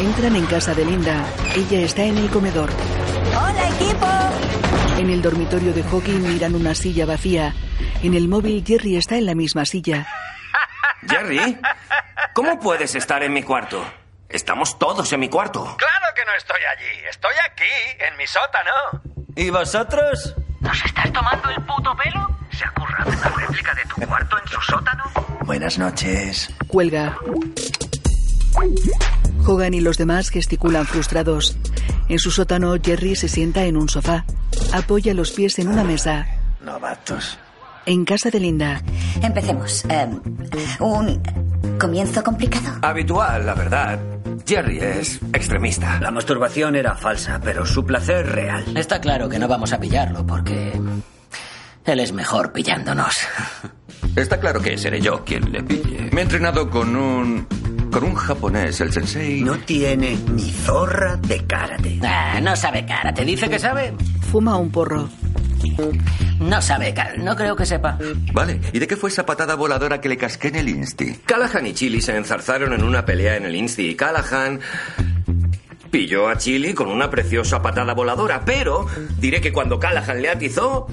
S1: Entran en casa de Linda. Ella está en el comedor.
S11: ¡Hola, equipo!
S1: En el dormitorio de Hoggy miran una silla vacía. En el móvil Jerry está en la misma silla.
S5: Jerry, ¿cómo puedes estar en mi cuarto? Estamos todos en mi cuarto.
S8: ¡Claro que no estoy allí! ¡Estoy aquí, en mi sótano!
S10: ¿Y vosotros?
S8: ¿Nos estás tomando el puto pelo? ¿Se ha currado una réplica de tu cuarto en su sótano?
S21: Buenas noches.
S1: Cuelga. Hogan y los demás gesticulan frustrados. En su sótano, Jerry se sienta en un sofá. Apoya los pies en una mesa.
S21: Novatos.
S1: En casa de Linda,
S6: Empecemos. Em, un comienzo complicado.
S5: Habitual, la verdad. Jerry es extremista.
S7: La masturbación era falsa, pero su placer real.
S10: Está claro que no vamos a pillarlo porque... Él es mejor pillándonos.
S22: Está claro que seré yo quien le pille. Me he entrenado con un. con un japonés, el sensei.
S7: No tiene ni zorra de karate.
S10: Ah, no sabe cara. ¿Te dice que sabe?
S1: fuma un porro.
S10: No sabe cara. No creo que sepa.
S22: Vale, ¿y de qué fue esa patada voladora que le casqué en el insti?
S5: Callahan y Chili se enzarzaron en una pelea en el Insti y Callahan pilló a Chili con una preciosa patada voladora, pero diré que cuando Callahan le atizó,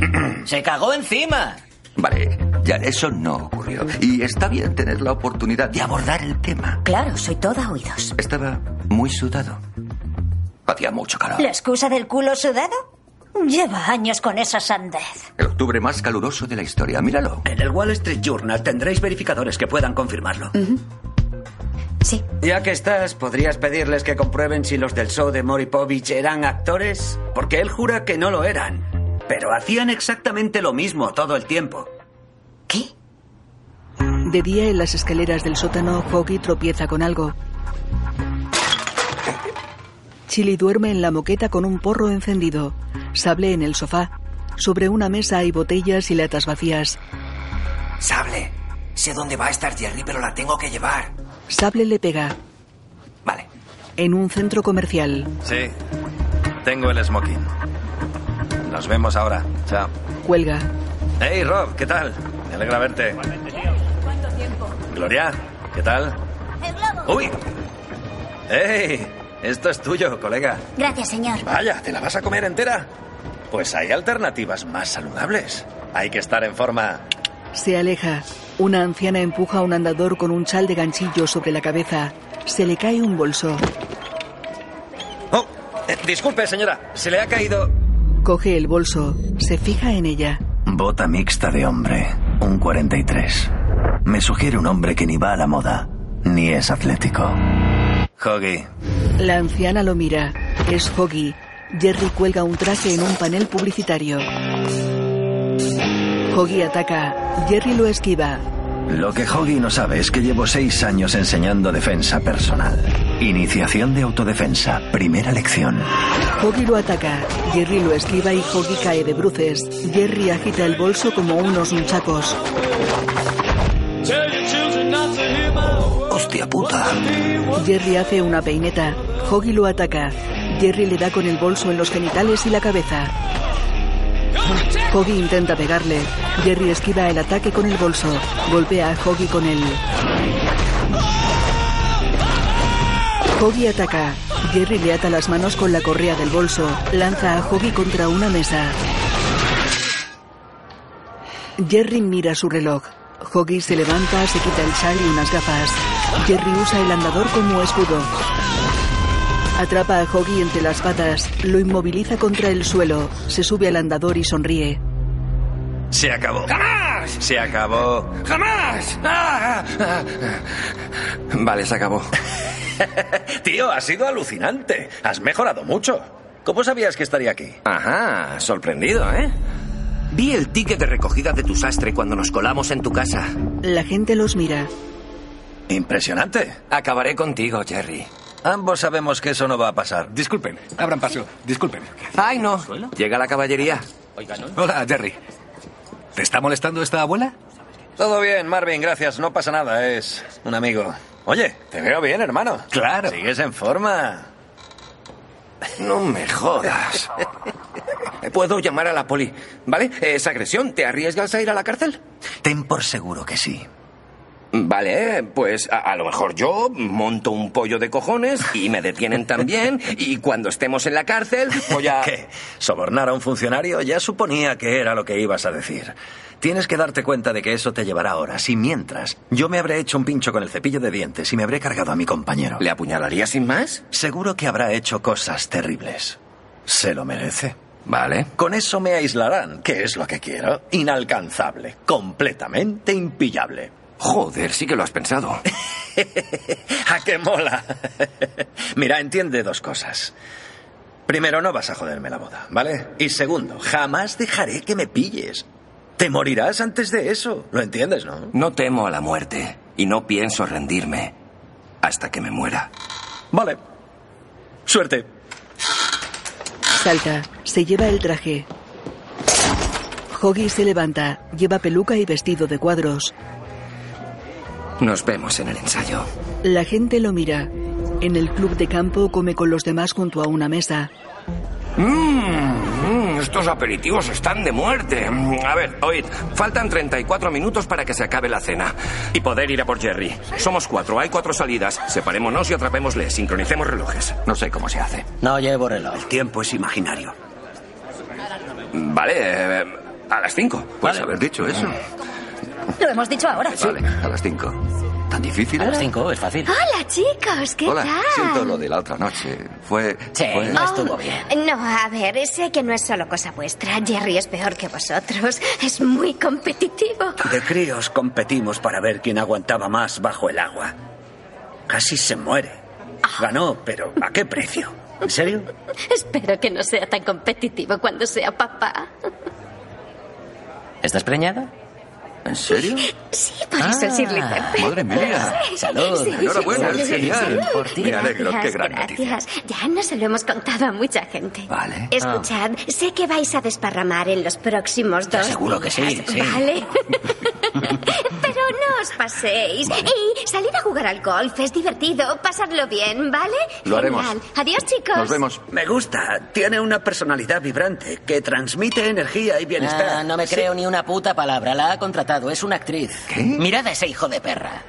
S10: ¡Se cagó encima!
S22: Vale, ya eso no ocurrió. Y está bien tener la oportunidad de abordar el tema.
S6: Claro, soy toda oídos.
S22: Estaba muy sudado. Hacía mucho calor.
S11: ¿La excusa del culo sudado? Lleva años con esa sandez.
S23: El octubre más caluroso de la historia. Míralo.
S7: En el Wall Street Journal tendréis verificadores que puedan confirmarlo.
S11: Sí.
S7: Ya que estás, ¿podrías pedirles que comprueben si los del show de Moripovich eran actores? Porque él jura que no lo eran. Pero hacían exactamente lo mismo todo el tiempo.
S1: De día en las escaleras del sótano, Hoggy tropieza con algo. Chili duerme en la moqueta con un porro encendido. Sable en el sofá. Sobre una mesa hay botellas y latas vacías.
S3: Sable, sé dónde va a estar Jerry, pero la tengo que llevar.
S1: Sable le pega. Vale. En un centro comercial.
S24: Sí, tengo el smoking. Nos vemos ahora. Chao.
S1: Cuelga.
S24: Hey, Rob, ¿qué tal? Me alegra verte.
S25: ¿Cuánto tiempo?
S24: Gloria, ¿qué tal? ¡Uy! ¡Hey! Esto es tuyo, colega.
S6: Gracias, señor.
S24: Vaya, ¿te la vas a comer entera? Pues hay alternativas más saludables. Hay que estar en forma.
S1: Se aleja. Una anciana empuja un andador con un chal de ganchillo sobre la cabeza. Se le cae un bolso.
S24: ¡Oh! eh, disculpe, señora. Se le ha caído.
S1: Coge el bolso. Se fija en ella.
S8: Bota mixta de hombre, un 43. Me sugiere un hombre que ni va a la moda, ni es atlético.
S24: Hoggy.
S1: La anciana lo mira. Es Hoggy. Jerry cuelga un traje en un panel publicitario. Hoggy ataca. Jerry lo esquiva.
S8: Lo que Hoggy no sabe es que llevo seis años enseñando defensa personal. Iniciación de autodefensa, primera lección.
S1: Hoggy lo ataca. Jerry lo esquiva y Hoggy cae de bruces. Jerry agita el bolso como unos muchachos.
S8: Hostia puta.
S1: Jerry hace una peineta. Hoggy lo ataca. Jerry le da con el bolso en los genitales y la cabeza. Hoggy intenta pegarle. Jerry esquiva el ataque con el bolso. Golpea a Hoggy con él. Hoggy ataca. Jerry le ata las manos con la correa del bolso. Lanza a Hoggy contra una mesa. Jerry mira su reloj. Hoggy se levanta, se quita el chal y unas gafas. Jerry usa el andador como escudo. Atrapa a Hoggy entre las patas, lo inmoviliza contra el suelo, se sube al andador y sonríe.
S24: Se acabó. ¡Jamás! Se acabó.
S26: ¡Jamás!
S24: Vale, se acabó. Tío, ha sido alucinante. Has mejorado mucho. ¿Cómo sabías que estaría aquí? Ajá, sorprendido, ¿eh?
S5: Vi el ticket de recogida de tu sastre cuando nos colamos en tu casa.
S1: La gente los mira.
S24: Impresionante.
S5: Acabaré contigo, Jerry.
S24: Ambos sabemos que eso no va a pasar. Disculpen, abran paso. Disculpen.
S5: Ay, no. Llega la caballería.
S24: Hola, Jerry.
S5: ¿Te está molestando esta abuela?
S24: Todo bien, Marvin, gracias. No pasa nada, es un amigo. Oye, te veo bien, hermano. Claro. Sigues en forma.
S5: No me jodas. Puedo llamar a la poli, ¿vale? Es agresión. ¿Te arriesgas a ir a la cárcel?
S8: Ten por seguro que sí.
S5: Vale, pues a, a lo mejor yo monto un pollo de cojones y me detienen también. Y cuando estemos en la cárcel, voy a.
S8: ¿Qué? Sobornar a un funcionario ya suponía que era lo que ibas a decir. Tienes que darte cuenta de que eso te llevará horas. Y mientras, yo me habré hecho un pincho con el cepillo de dientes y me habré cargado a mi compañero.
S5: ¿Le apuñalaría sin más?
S8: Seguro que habrá hecho cosas terribles. Se lo merece.
S5: Vale.
S8: Con eso me aislarán, que es lo que quiero. Inalcanzable, completamente impillable.
S5: Joder, sí que lo has pensado.
S8: ¡A qué mola! Mira, entiende dos cosas. Primero, no vas a joderme la boda, ¿vale? Y segundo, jamás dejaré que me pilles. Te morirás antes de eso. ¿Lo entiendes, no?
S5: No temo a la muerte y no pienso rendirme hasta que me muera.
S8: Vale. Suerte.
S1: Salta, se lleva el traje. Hoggy se levanta, lleva peluca y vestido de cuadros.
S5: Nos vemos en el ensayo.
S1: La gente lo mira. En el club de campo come con los demás junto a una mesa.
S5: Mmm, estos aperitivos están de muerte. Mm, A ver, oíd, faltan 34 minutos para que se acabe la cena y poder ir a por Jerry. Somos cuatro, hay cuatro salidas. Separémonos y atrapémosle, sincronicemos relojes. No sé cómo se hace.
S7: No llevo reloj. El tiempo es imaginario.
S5: Vale, eh, a las cinco.
S23: Puedes haber dicho eso.
S11: Lo hemos dicho ahora.
S23: Vale, a las cinco.
S5: tan difícil.
S19: A las
S5: cinco, es fácil.
S19: Hola, chicos, ¿qué
S5: Hola,
S19: tal?
S5: siento lo de la otra noche. Fue. fue-
S19: Oh, No, a ver, sé que no es solo cosa vuestra. Jerry es peor que vosotros. Es muy competitivo.
S7: De críos competimos para ver quién aguantaba más bajo el agua. Casi se muere. Ganó, pero ¿a qué precio? ¿En serio?
S19: Espero que no sea tan competitivo cuando sea papá.
S10: ¿Estás preñada?
S5: ¿En serio?
S19: Sí, por eso
S5: Ah.
S19: es Shirley Temple.
S5: Madre mía.
S19: Sí,
S5: Salud.
S19: sí,
S5: Enhorabuena,
S19: sí,
S5: es
S19: sí,
S5: genial.
S19: sí.
S5: Por ti. Me alegro,
S19: Gracias,
S5: qué gran
S19: Gracias. Ya no se lo hemos contado a mucha gente.
S5: Vale.
S19: Escuchad, sé que vais a desparramar en los próximos dos
S7: seguro que sí,
S19: días,
S7: sí.
S19: Vale. Pero no os paséis. Y salid a jugar al golf. Es divertido. Pasadlo bien, ¿vale?
S7: Lo haremos.
S19: Genial. Adiós, chicos.
S7: Me gusta. Tiene una personalidad vibrante que transmite energía y bienestar.
S10: Ah, no me
S7: Sí.
S10: creo ni una puta palabra. La ha contratado. Es una actriz. ¿Qué? Mirad a ese hijo de perra.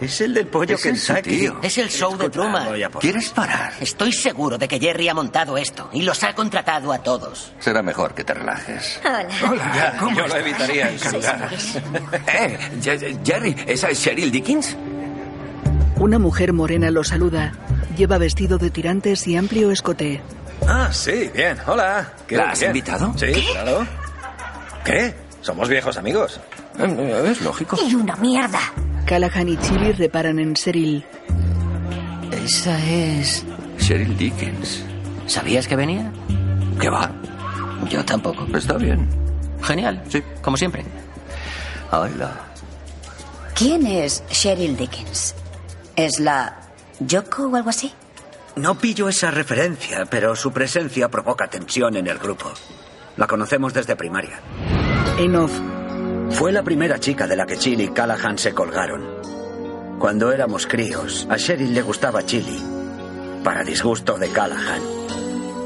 S7: Es el del pollo
S10: que
S7: Kentucky.
S10: Es el show de Truman.
S5: ¿Quieres parar?
S10: Estoy seguro de que Jerry ha montado esto y los ha contratado a todos.
S5: Será mejor que te relajes.
S19: Hola.
S8: Ah,
S5: Hola, ¿cómo
S10: yo lo evitaría,
S5: encantada.
S27: Eh, Ye- Jerry, ¿esa es Cheryl Dickens?
S1: Una mujer morena lo saluda. Lleva vestido de tirantes y amplio escote.
S8: Ah, sí, bien. Hola.
S1: ¿La
S8: bien.
S1: has invitado?
S8: Sí, claro. ¿Qué? Somos viejos amigos.
S5: Es lógico.
S1: Y una mierda. Callahan y Chili reparan en Seril.
S10: Esa es.
S5: Cheryl Dickens.
S10: ¿Sabías que venía?
S5: ¿Qué va?
S10: Yo tampoco.
S5: Está bien.
S10: Genial. Sí. Como siempre.
S5: Hola.
S6: ¿Quién es Cheryl Dickens? ¿Es la Yoko o algo así?
S7: No pillo esa referencia, pero su presencia provoca tensión en el grupo. La conocemos desde primaria.
S1: Enough.
S7: Fue la primera chica de la que Chili y Callahan se colgaron. Cuando éramos críos, a Cheryl le gustaba Chili, para disgusto de Callahan.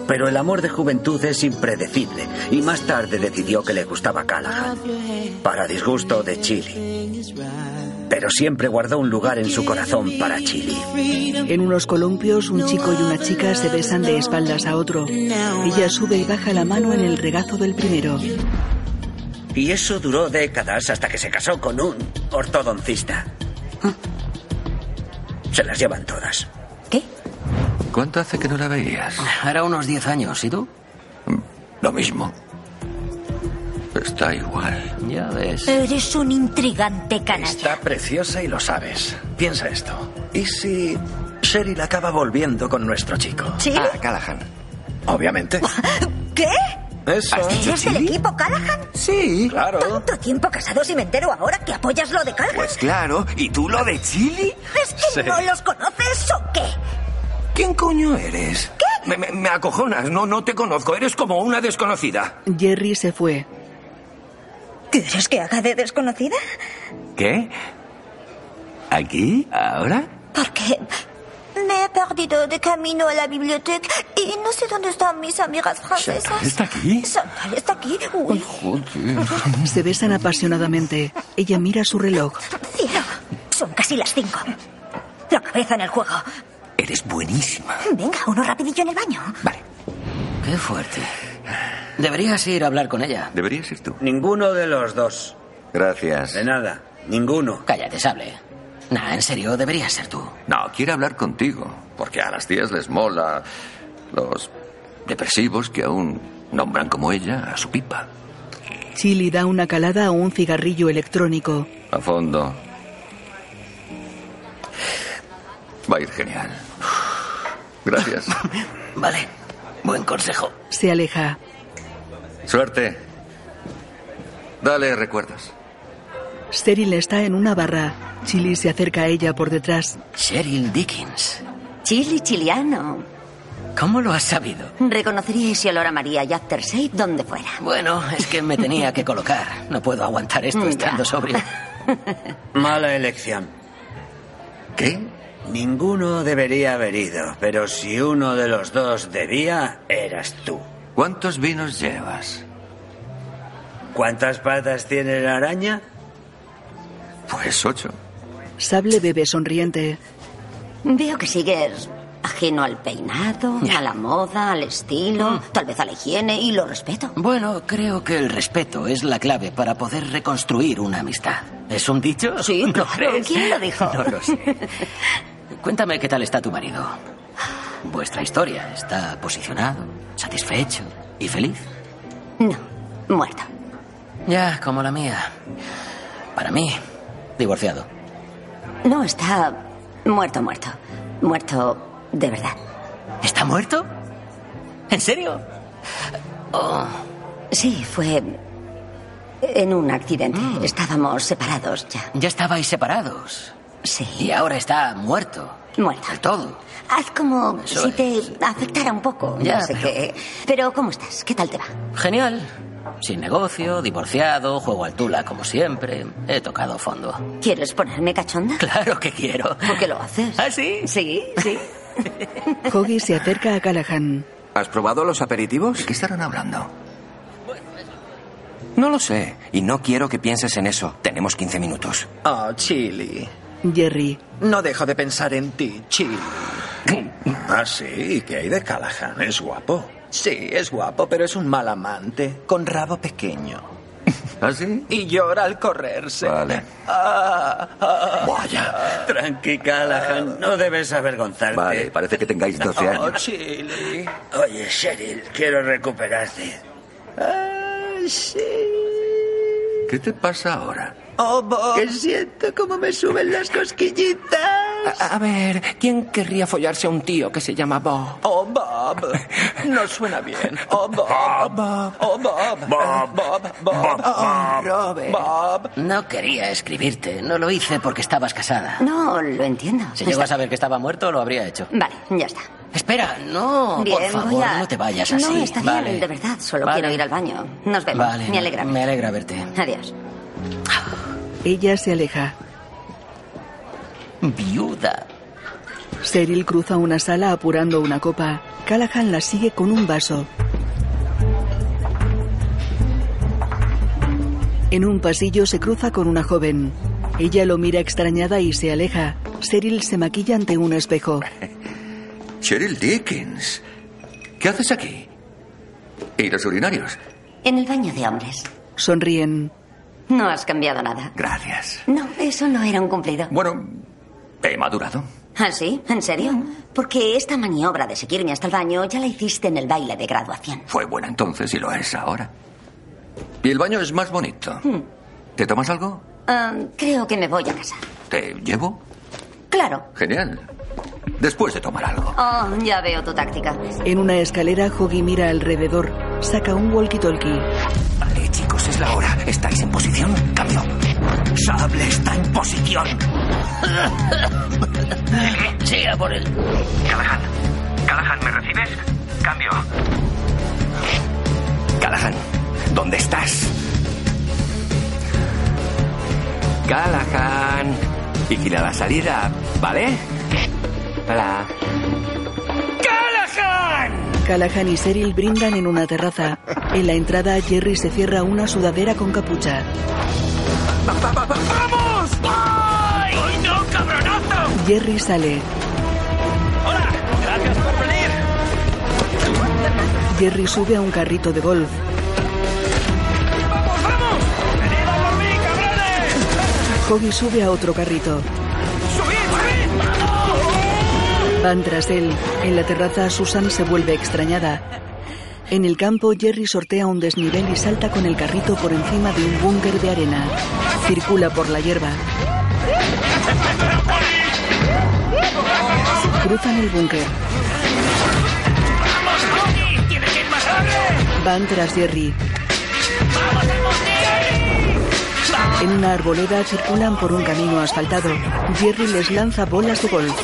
S7: Pero el amor de juventud es impredecible y más tarde decidió que le gustaba Callahan, para disgusto de Chili. Pero siempre guardó un lugar en su corazón para Chili.
S1: En unos columpios, un chico y una chica se besan de espaldas a otro. Ella sube y baja la mano en el regazo del primero.
S7: Y eso duró décadas hasta que se casó con un ortodoncista. Se las llevan todas.
S5: ¿Cuánto hace que no la veías?
S10: Hará unos 10 años. ¿Y tú?
S5: Lo mismo. Está igual.
S10: Ya ves.
S6: Eres un intrigante canalla.
S8: Está preciosa y lo sabes. Piensa esto. ¿Y si Cheryl acaba volviendo con nuestro chico?
S6: ¿Sí?
S8: Ah, Callahan. Obviamente.
S11: ¿Qué?
S8: Eso.
S11: ¿Eres del equipo Callahan?
S8: Sí. Claro.
S11: ¿Tanto tiempo casado si me entero ahora que apoyas lo de Callahan?
S27: Pues claro, ¿y tú lo de Chile?
S11: ¿Es que
S27: Sí.
S11: no los conoces o qué?
S27: ¿Quién coño eres? ¿Qué? Me, me- me acojonas, no, no te conozco, eres como una desconocida.
S1: Jerry se fue.
S11: ¿Quieres que haga de desconocida?
S27: ¿Qué? ¿Aquí? ¿Ahora?
S28: Porque me he perdido de camino a la biblioteca y no sé dónde están mis amigas francesas.
S1: ¿Está aquí?
S28: Chantal está aquí. Uy,
S1: Se besan apasionadamente. Ella mira su reloj.
S11: Cielo, son casi las cinco. La cabeza en el juego.
S27: Eres buenísima.
S11: Venga, uno rapidillo en el baño.
S10: Qué fuerte. Deberías ir a hablar con ella.
S5: Deberías ir tú.
S7: Ninguno de los dos.
S5: Gracias.
S7: De nada. Ninguno.
S10: Cállate, Sable. Nah, en serio, deberías ser tú.
S5: No, quiere hablar contigo. Porque a las tías les mola los depresivos que aún nombran como ella a su pipa.
S1: Chili da una calada a un cigarrillo electrónico.
S5: A fondo. Va a ir genial. Gracias.
S10: Vale. Buen consejo.
S1: Se aleja.
S5: Suerte. Dale recuerdos.
S1: Cheryl está en una barra. Chili se acerca a ella por detrás.
S10: Cheryl Dickens.
S12: Chili chiliano.
S10: ¿Cómo lo has sabido?
S12: Reconocería ese olor a María y After Shave donde fuera.
S10: Bueno, es que me tenía que colocar. No puedo aguantar esto estando sobrio.
S7: Mala elección.
S5: ¿Qué?
S7: Ninguno debería haber ido, pero si uno de los dos debía, eras tú.
S5: ¿Cuántos vinos llevas?
S7: ¿Cuántas patas tiene la araña?
S5: Pues ocho.
S1: Sable bebe sonriente.
S12: Veo que sigues Ajeno al peinado, a la moda, al
S10: Mm.
S12: estilo, tal vez a la higiene, y lo respeto.
S10: Bueno, creo que el respeto es la clave para poder reconstruir una amistad. ¿Es un dicho? Sí,
S12: claro. ¿Quién lo dijo?
S10: No lo sé. Cuéntame qué tal está tu marido. Vuestra historia. ¿Está posicionado, satisfecho y feliz?
S12: No, muerto.
S10: Ya, como la mía. Para mí, divorciado.
S12: No, está muerto, muerto. Muerto de verdad.
S10: ¿Está muerto? ¿En serio?
S12: Oh, Sí, fue en un accidente. Estábamos separados ya.
S10: Mm. Ya estabais separados.
S12: Sí.
S10: Y ahora está muerto.
S12: Muerto.
S10: Del todo.
S12: Haz como
S10: Eso
S12: si te afectara un poco.
S10: Ya,
S12: no sé
S10: pero-
S12: qué. Pero ¿cómo estás? ¿Qué tal te va?
S10: Genial. Sin negocio, divorciado, juego al tula como siempre. He tocado fondo.
S12: ¿Quieres ponerme cachonda?
S10: Claro que quiero.
S12: ¿Por qué lo haces?
S10: ¿Ah, sí?
S12: Sí, sí.
S1: Hoggy se acerca a Callahan.
S29: ¿Has probado los aperitivos? ¿De qué estarán hablando? No lo sé. Y no quiero que pienses en eso. Tenemos 15 minutos.
S7: Oh, Chili.
S1: Jerry.
S7: No dejo de pensar en ti, Chili. Ah, sí, ¿qué hay de Callahan? Es guapo. Sí, es guapo, pero es un mal amante, con rabo pequeño.
S5: ¿Ah, sí?
S7: Y llora al correrse.
S5: Vale.
S7: Ah, Vaya.
S5: Tranqui, Callahan, no debes avergonzarte.
S7: Eh,
S5: Vale, parece que tengáis 12 años.
S7: Oh, Chili.
S8: Oye, Cheryl, quiero recuperarte.
S7: Ah,
S5: ¿Qué te pasa ahora?
S7: Oh, que siento como me suben las cosquillitas.
S30: A, a ver, ¿quién querría follarse a un tío que se llama Bob?
S7: Oh, Bob. No suena bien. Oh, Bob. Bob. Oh, Bob. Bob. Bob. Bob.
S10: Oh, Robert.
S7: Bob.
S10: No quería escribirte. No lo hice porque estabas casada.
S12: No, lo entiendo. Está-
S10: Si llego a saber que estaba muerto, lo habría hecho.
S12: Vale, ya está.
S10: Espera, no,
S12: Bien,
S10: por favor,
S12: voy a-
S10: no te vayas así.
S12: No, está
S10: Vale.
S12: bien, de verdad. Solo
S10: Vale.
S12: quiero ir al baño. Nos vemos.
S10: Vale,
S12: Me alegra.
S10: Me alegra verte.
S12: Adiós.
S1: Ella se aleja.
S10: Viuda.
S1: Cheryl cruza una sala apurando una copa. Callahan la sigue con un vaso. En un pasillo se cruza con una joven. Ella lo mira extrañada y se aleja. Cheryl se maquilla ante un espejo.
S5: Cheryl Dickens. ¿Qué haces aquí? ¿Y los urinarios?
S12: En el baño de hombres.
S1: Sonríen.
S12: No has cambiado nada.
S5: Gracias.
S12: No, eso no era un cumplido.
S5: Bueno, he madurado.
S12: ¿Ah, sí? ¿En serio? Porque esta maniobra de seguirme hasta el baño ya la hiciste en el baile de graduación.
S5: Fue buena entonces y lo es ahora. Y el baño es más bonito.
S12: Hmm.
S5: ¿Te tomas algo?
S12: Ah, creo que me voy a casa.
S5: ¿Te llevo?
S12: Claro.
S5: Genial. Después de tomar algo.
S12: Oh, ya veo tu táctica.
S1: En una escalera, Hoggy mira alrededor. Saca un walkie-talkie.
S8: Vale, chicos, es la hora. ¿Estáis en posición? Cambio. Sable está en posición.
S10: Sí, a por él.
S8: Callahan. Callahan, ¿me recibes? Cambio.
S29: Callahan, ¿dónde estás? Callahan. Vigila la salida, ¿vale? Hola.
S1: Callahan y Cheryl brindan en una terraza. En la entrada, Jerry se cierra una sudadera con capucha.
S8: ¡Vamos! ¡Ay, no, cabronazo!
S1: Jerry sale.
S8: ¡Hola! Gracias por venir.
S1: Jerry sube a un carrito de golf. Hoggy sube a otro carrito. Van tras él. En la terraza, Susan se vuelve extrañada. En el campo, Jerry sortea un desnivel y salta con el carrito por encima de un búnker de arena. Circula por la hierba. Cruzan el búnker. Van tras Jerry. En una arboleda circulan por un camino asfaltado. Jerry les lanza bolas de golf.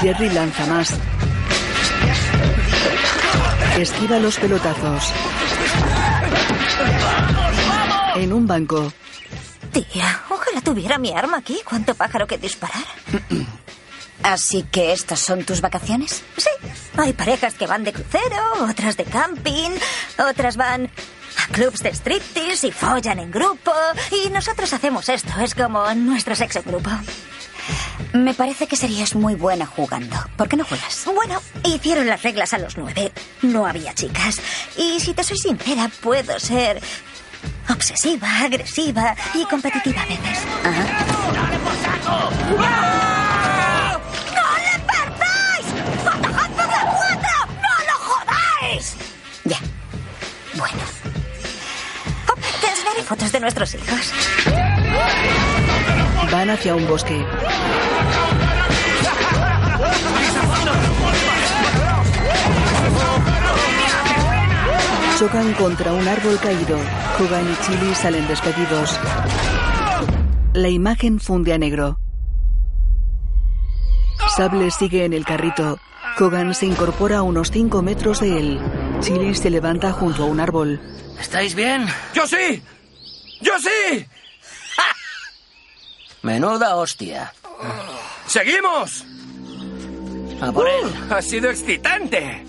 S1: Jerry lanza más. Esquiva los pelotazos. En un banco,
S11: Tía, ojalá tuviera mi arma aquí. ¿Cuánto pájaro que disparar?
S12: Así que estas son tus vacaciones.
S11: Sí, hay parejas que van de crucero, otras de camping, otras van a clubs de striptease y follan en grupo. Y nosotros hacemos esto, es como nuestro sexo en grupo.
S31: Me parece que serías muy buena jugando. ¿Por qué no juegas?
S11: Bueno, hicieron las reglas a los nueve. No había chicas. Y si te soy sincera, puedo ser obsesiva, agresiva y competitiva a veces.
S8: ¡Ah!
S32: ¡No le perdáis! ¡Fotojazo de cuatro! ¡No lo jodáis!
S11: Ya. Bueno. Oh, Te enseñaré fotos de nuestros hijos.
S1: Van hacia un bosque. Chocan contra un árbol caído. Hogan y Chili salen despedidos. La imagen funde a negro. Sable sigue en el carrito. Hogan se incorpora a unos 5 metros de él. Chili se levanta junto a un árbol.
S8: ¿Estáis bien?
S10: ¡Yo sí! ¡Yo sí!
S8: Menuda hostia.
S10: ¡Seguimos!
S12: Ah,
S10: ¡Uh!
S8: A por él.
S10: ¡Ha sido excitante!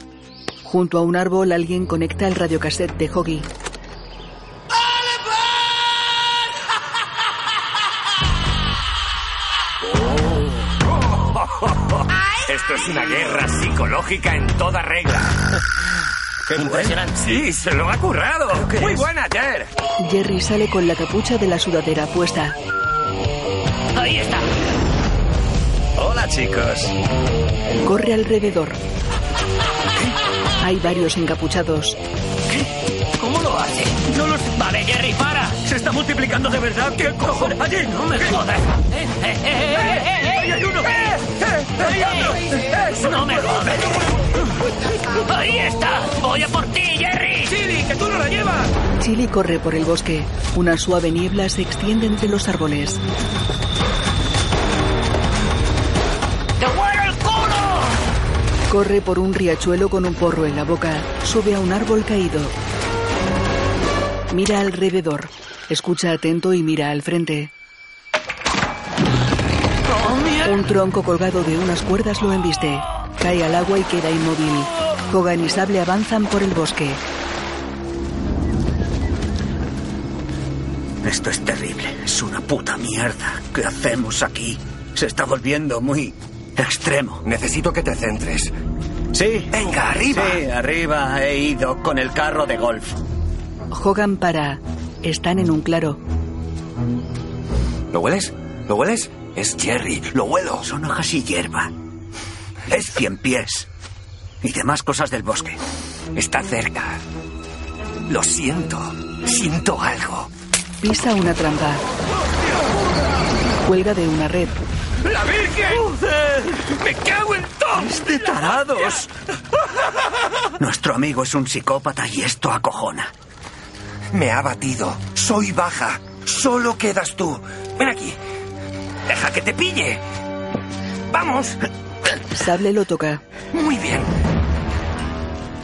S1: Junto a un árbol alguien conecta el radiocassette de Hoggy.
S5: Esto es una guerra psicológica en toda regla. ¡Qué
S8: Impresionante.
S5: Sí, se lo ha currado. Muy
S1: es?
S5: buena, Jer.
S1: Jerry sale con la capucha de la sudadera puesta.
S8: Ahí está.
S33: Hola, chicos.
S1: Corre alrededor. Hay varios encapuchados.
S8: ¿Cómo lo hace? No lo sé. Vale, Jerry, para.
S10: Se está multiplicando de verdad. ¿Qué cojones? Allí.
S8: No me jodas. Eh, eh, eh, eh, eh, eh.
S10: Ahí hay uno.
S8: Eh, eh, No me jodas. Ahí está. Voy a por ti, Jerry.
S10: Chili, que tú no la llevas.
S1: Chili corre por el bosque. Una suave niebla se extiende entre los árboles.
S8: ¡Te huelo el culo!
S1: Corre por un riachuelo con un porro en la boca. Sube a un árbol caído. Mira alrededor. Escucha atento y mira al frente. Un tronco colgado de unas cuerdas lo embiste. Cae al agua y queda inmóvil. Hogan y Sable avanzan por el bosque.
S7: Esto es terrible. Es una puta mierda. ¿Qué hacemos aquí? Se está volviendo muy extremo.
S5: Necesito que te centres.
S7: Sí.
S5: Venga, arriba.
S7: Sí, arriba he ido con el carro de golf.
S1: Hogan para. Están en un claro.
S5: ¿Lo hueles? ¿Lo hueles? Es Jerry. Lo huelo.
S7: Son hojas y hierba. Es cien pies. Y demás cosas del bosque.
S5: Está cerca. Lo siento. Siento algo.
S1: Pisa una trampa. Cuelga de una red.
S10: ¡La Virgen! ¡Me cago en todo!
S7: ¡De tarados! Nuestro amigo es un psicópata y esto acojona.
S5: Me ha batido. Soy baja. Solo quedas tú. Ven aquí. Deja que te pille. Vamos.
S1: Sable lo toca.
S5: Muy bien.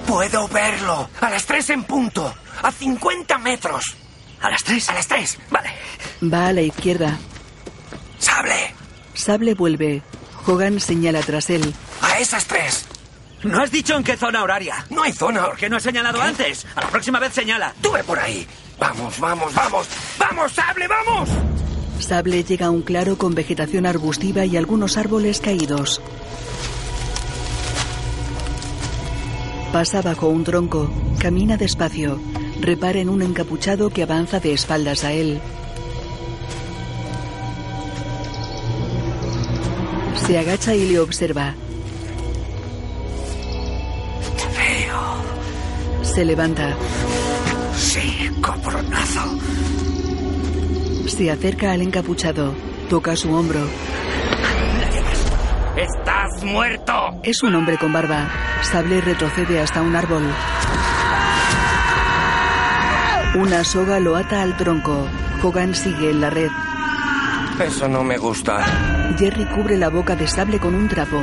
S5: Puedo verlo. A las tres en punto. A 50 metros.
S7: ¿A las tres?
S5: A las tres. Vale.
S1: Va a la izquierda.
S5: Sable.
S1: Sable vuelve. Hogan señala tras él.
S5: A esas tres.
S7: ¿No has dicho en qué zona horaria?
S5: No hay zona.
S7: ¿Por qué no has señalado antes? A la próxima vez señala.
S5: Tú ve por ahí. Vamos, vamos, vamos. Vamos, sable, vamos.
S1: Sable llega a un claro con vegetación arbustiva y algunos árboles caídos. Pasa bajo un tronco, camina despacio, repara en un encapuchado que avanza de espaldas a él. Se agacha y le observa. Se levanta,
S7: Sí, copronazo.
S1: se acerca al encapuchado, toca su hombro.
S5: Estás muerto.
S1: Es un hombre con barba. Sable retrocede hasta un árbol. Una soga lo ata al tronco. Hogan sigue en la red.
S5: Eso no me gusta.
S1: Jerry cubre la boca de Sable con un trapo.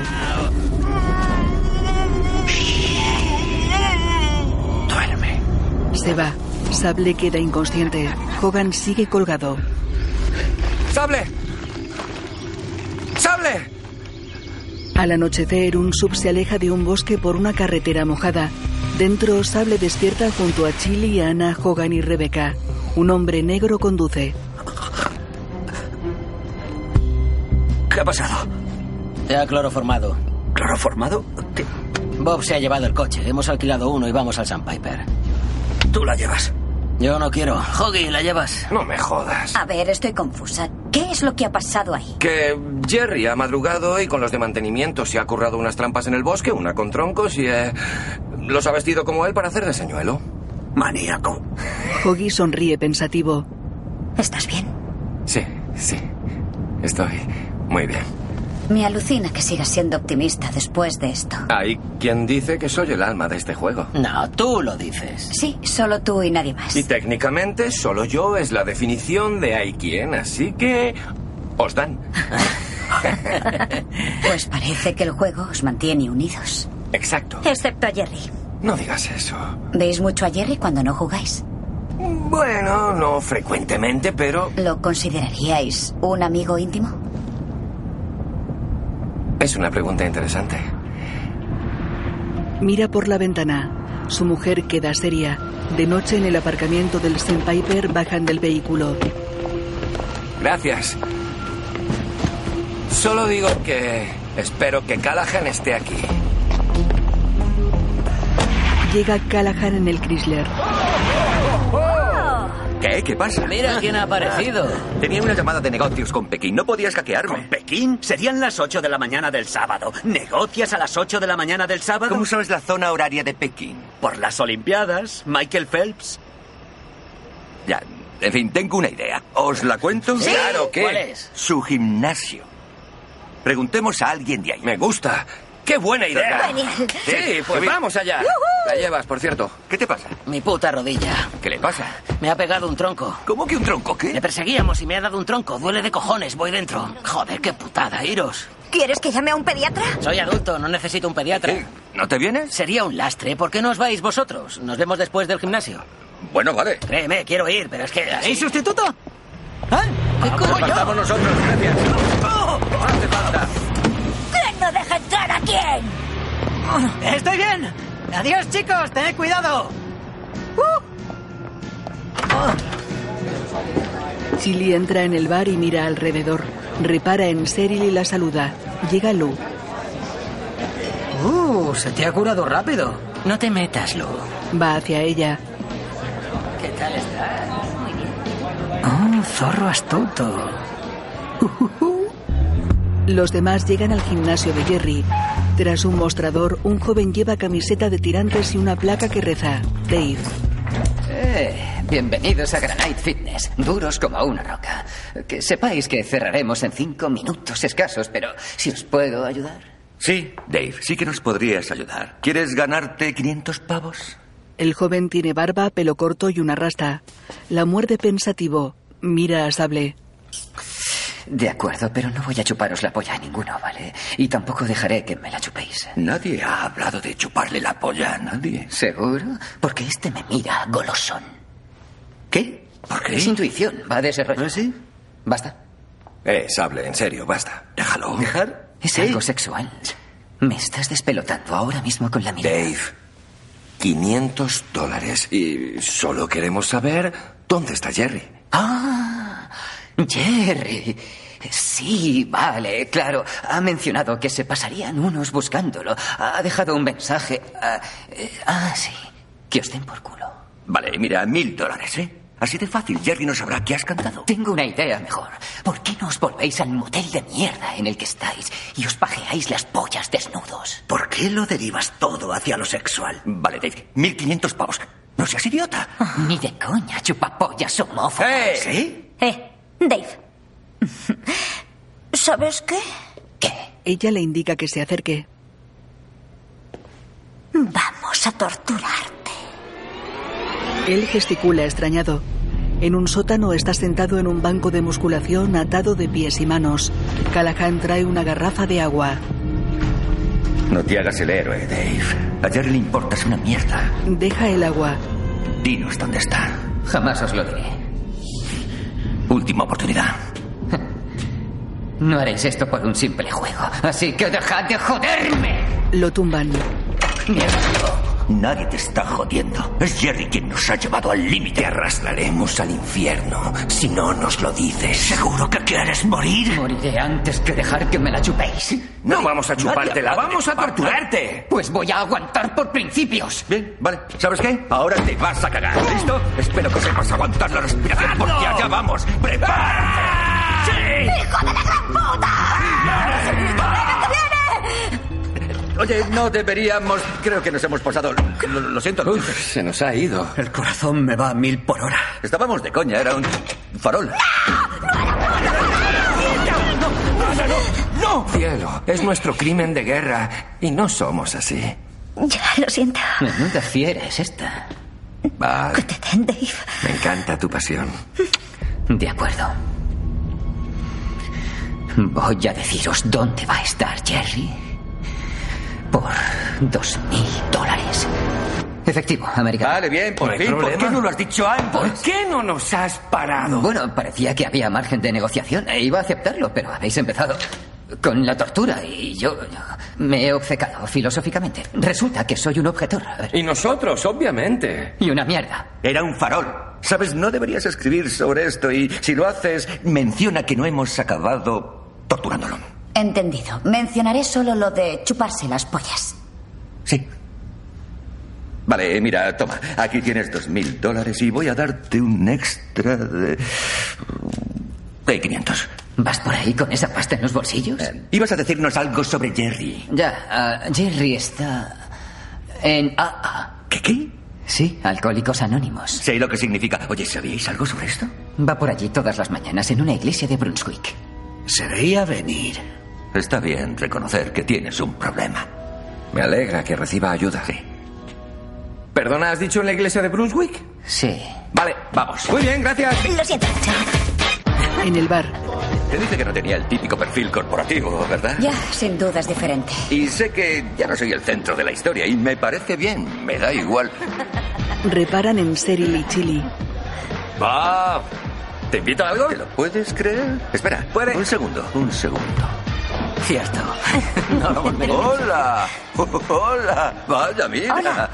S5: Duerme.
S1: Se va. Sable queda inconsciente. Hogan sigue colgado.
S5: Sable. Sable.
S1: Al anochecer, un sub se aleja de un bosque por una carretera mojada. Dentro, Sable despierta junto a Chili, Ana, Hogan y Rebecca. Un hombre negro conduce.
S7: ¿Qué ha pasado?
S10: Te ha cloroformado.
S7: ¿Cloroformado?
S10: Bob se ha llevado el coche. Hemos alquilado uno y vamos al Sandpiper.
S7: Tú la llevas.
S10: Yo no quiero. Hoggy, la llevas.
S5: No me jodas.
S6: A ver, estoy confusa. ¿Qué es lo que ha pasado ahí?
S5: Que Jerry ha madrugado y con los de mantenimiento se ha currado unas trampas en el bosque, una con troncos y eh, los ha vestido como él para hacer de señuelo.
S7: Maníaco.
S1: Hoggy sonríe pensativo.
S6: ¿Estás bien?
S5: Sí, sí. Estoy muy bien.
S6: Me alucina que sigas siendo optimista después de esto.
S5: Hay quien dice que soy el alma de este juego.
S10: No, tú lo dices.
S6: Sí, solo tú y nadie más.
S5: Y técnicamente solo yo es la definición de hay quien, así que os dan.
S6: Pues parece que el juego os mantiene unidos.
S5: Exacto.
S6: Excepto a Jerry.
S5: No digas eso.
S6: ¿Veis mucho a Jerry cuando no jugáis?
S5: Bueno, no frecuentemente, pero
S6: ¿Lo consideraríais un amigo íntimo?
S5: es una pregunta interesante.
S1: Mira por la ventana. Su mujer queda seria. De noche en el aparcamiento del Sandpiper bajan del vehículo.
S5: Gracias. Solo digo que espero que Callahan esté aquí.
S1: Llega Callahan en el Chrysler.
S11: ¿Qué? ¿Qué pasa? Ah,
S10: Mira quién ha aparecido.
S11: Tenía una llamada de negocios con Pekín. No podías hackearme. ¿Con
S7: Pekín? Serían las 8 de la mañana del sábado. ¿Negocias a las 8 de la mañana del sábado?
S11: ¿Cómo sabes la zona horaria de Pekín?
S7: Por las Olimpiadas, Michael Phelps.
S11: Ya, en fin, tengo una idea. ¿Os la cuento?
S7: Sí,
S11: Claro que.
S7: ¿cuál es?
S11: Su gimnasio. Preguntemos a alguien de ahí. Me
S5: gusta. ¡Qué buena idea!
S6: Genial.
S5: Sí, pues vamos allá. La llevas, por cierto.
S11: ¿Qué te pasa?
S10: Mi puta rodilla.
S11: ¿Qué le pasa?
S10: Me ha pegado un tronco.
S11: ¿Cómo que un tronco? ¿Qué?
S10: Le perseguíamos y me ha dado un tronco. Duele de cojones. Voy dentro. Joder, qué putada. Iros.
S34: ¿Quieres que llame a un pediatra?
S10: Soy adulto. No necesito un pediatra.
S11: ¿No te vienes?
S10: Sería un lastre. ¿Por qué no os vais vosotros? Nos vemos después del gimnasio.
S11: Bueno, vale.
S10: Créeme, quiero ir, pero es que... así-
S8: ¿Hay sustituto?
S10: ¿Ah? ¿Qué
S8: Vamos,
S10: coño?
S8: apartamos
S11: nosotros, gracias. No hace falta.
S8: ¿Quién no deja entrar a quién? ¡Estoy bien! ¡Adiós, chicos! ¡Tened cuidado!
S1: Chili entra en el bar y mira alrededor. Repara en Cheryl y la saluda. Llega Lou.
S10: Uh, se te ha curado rápido. No te metas, Lu.
S1: Va hacia ella.
S10: ¿Qué tal estás? Muy bien. Oh, zorro astuto.
S1: Los demás llegan al gimnasio de Jerry. Tras un mostrador, un joven lleva camiseta de tirantes y una placa que reza. Dave.
S3: Eh, bienvenidos a Granite Fitness, duros como una roca. Que sepáis que cerraremos en cinco minutos escasos, pero si os puedo ayudar.
S11: Sí, Dave, sí que nos podrías ayudar. ¿Quieres ganarte 500 pavos?
S1: El joven tiene barba, pelo corto y una rasta. La muerde pensativo. Mira a Sable.
S3: De acuerdo, pero no voy a chuparos la polla a ninguno, ¿vale? Y tampoco dejaré que me la chupéis.
S11: Nadie ha hablado de chuparle la polla a nadie.
S3: ¿Seguro? Porque este me mira golosón. ¿Qué?
S11: ¿Por qué? ¿Ah,
S3: Es intuición, va de ese rollo. ¿Sí? Basta.
S5: Eh, Sable, en serio, basta.
S11: Déjalo. ¿Dejar?
S3: Es algo sexual. Me estás despelotando ahora mismo con la mirada.
S5: Dave,
S11: 500 dólares.
S5: Y solo queremos saber dónde está Jerry.
S3: Ah, Jerry. Sí, vale, claro. Ha mencionado que se pasarían unos buscándolo. Ha dejado un mensaje. Ah, eh, ah, sí. Que os den por culo.
S11: Vale, mira, mil dólares, ¿eh? Así de fácil, Jerry no sabrá que has cantado.
S3: Tengo una idea mejor. ¿Por qué no os volvéis al motel de mierda en el que estáis y os pajeáis las pollas desnudos?
S7: ¿Por qué lo derivas todo hacia lo sexual?
S11: Vale, Dave, 1500 pavos. No seas idiota.
S3: Ah, Ni de coña, chupapollas homófobos.
S11: ¡Eh!
S7: ¿Sí?
S34: Eh, Dave. ¿Sabes qué?
S1: Ella le indica que se acerque.
S34: Vamos a torturar.
S1: Él gesticula extrañado. En un sótano está sentado en un banco de musculación atado de pies y manos. Callahan trae una garrafa de agua.
S11: No te hagas el héroe, Dave. A Jerry le importas una mierda.
S1: Deja el agua.
S11: Dinos dónde está.
S3: Jamás os lo diré.
S11: Última oportunidad.
S3: No haréis esto por un simple juego, así que dejad de joderme.
S1: Lo tumban.
S3: Mierda.
S5: Nadie te está jodiendo. Es Jerry quien nos ha llevado al límite. Te arrastraremos al infierno si no nos lo dices. ¿Seguro que quieres morir?
S35: Moriré antes que dejar que me la chupéis.
S5: No vamos a chupártela,
S35: Nadie
S5: vamos a torturarte.
S35: Pues voy a aguantar por principios.
S5: Bien, vale. ¿Sabes qué? Ahora te vas a cagar, ¿listo? Espero que sepas aguantar la respiración porque allá vamos. ¡Prepárate!
S36: ¡Hijo de la gran puta!
S5: Oye, no deberíamos. Creo que nos hemos pasado. Lo, lo siento.
S2: Se nos ha ido.
S5: El corazón me va a mil por hora. Estábamos de coña, era un farol.
S2: ¡No! Cielo, es nuestro crimen de guerra y no somos así.
S36: Ya, lo siento.
S35: Menuda fiera es esta.
S2: Vale,
S36: Dave.
S2: me encanta tu pasión.
S35: De acuerdo. Voy a deciros dónde va a estar Jerry. Por dos mil dólares. Efectivo, americano.
S15: Vale, bien,
S35: No
S15: por
S35: hay
S15: fin. ¿Por
S35: problema.
S15: qué no lo has
S5: dicho antes?
S35: ¿Por
S5: qué no nos has parado?
S35: Bueno, parecía que había margen de negociación e iba a aceptarlo, pero habéis empezado con la tortura y yo me he obcecado filosóficamente. Resulta que soy un objetor.
S2: Y nosotros, obviamente.
S35: Y una mierda.
S5: Era un farol. Sabes, no deberías escribir sobre esto y si lo haces, menciona que no hemos acabado torturándolo.
S6: Entendido. Mencionaré solo lo de chuparse las pollas.
S5: Sí. Vale, mira, toma. Aquí tienes dos mil dólares y voy a darte un extra de. de 500.
S35: ¿Vas por ahí con esa pasta en los bolsillos?
S5: Ibas a decirnos algo sobre Jerry.
S35: Ya, ah, Jerry está en ah, AA.
S5: ¿Qué qué?
S35: Sí, Alcohólicos Anónimos.
S5: Sé lo que significa. Oye, ¿sabíais algo sobre esto?
S35: Va por allí todas las mañanas en una iglesia de Brunswick.
S5: Se veía venir. Está bien reconocer que tienes un problema.
S2: Me alegra que reciba ayuda. Perdona, ¿has dicho en la iglesia de Brunswick?
S35: Sí.
S2: Vale, vamos. Muy bien, gracias.
S36: Lo siento.
S1: En el bar.
S5: Te dice que no tenía el típico perfil corporativo, ¿verdad?
S6: Ya, sin duda es diferente.
S5: Y sé que ya no soy el centro de la historia y me parece bien, me da igual.
S1: Reparan en Cheryl y Chili.
S5: Va. ¿Te invito a algo? ¿Te lo puedes creer? Espera, ¿puede? Un segundo, un segundo.
S35: Cierto.
S5: hola. Hola. Vaya, mira.
S35: Hola.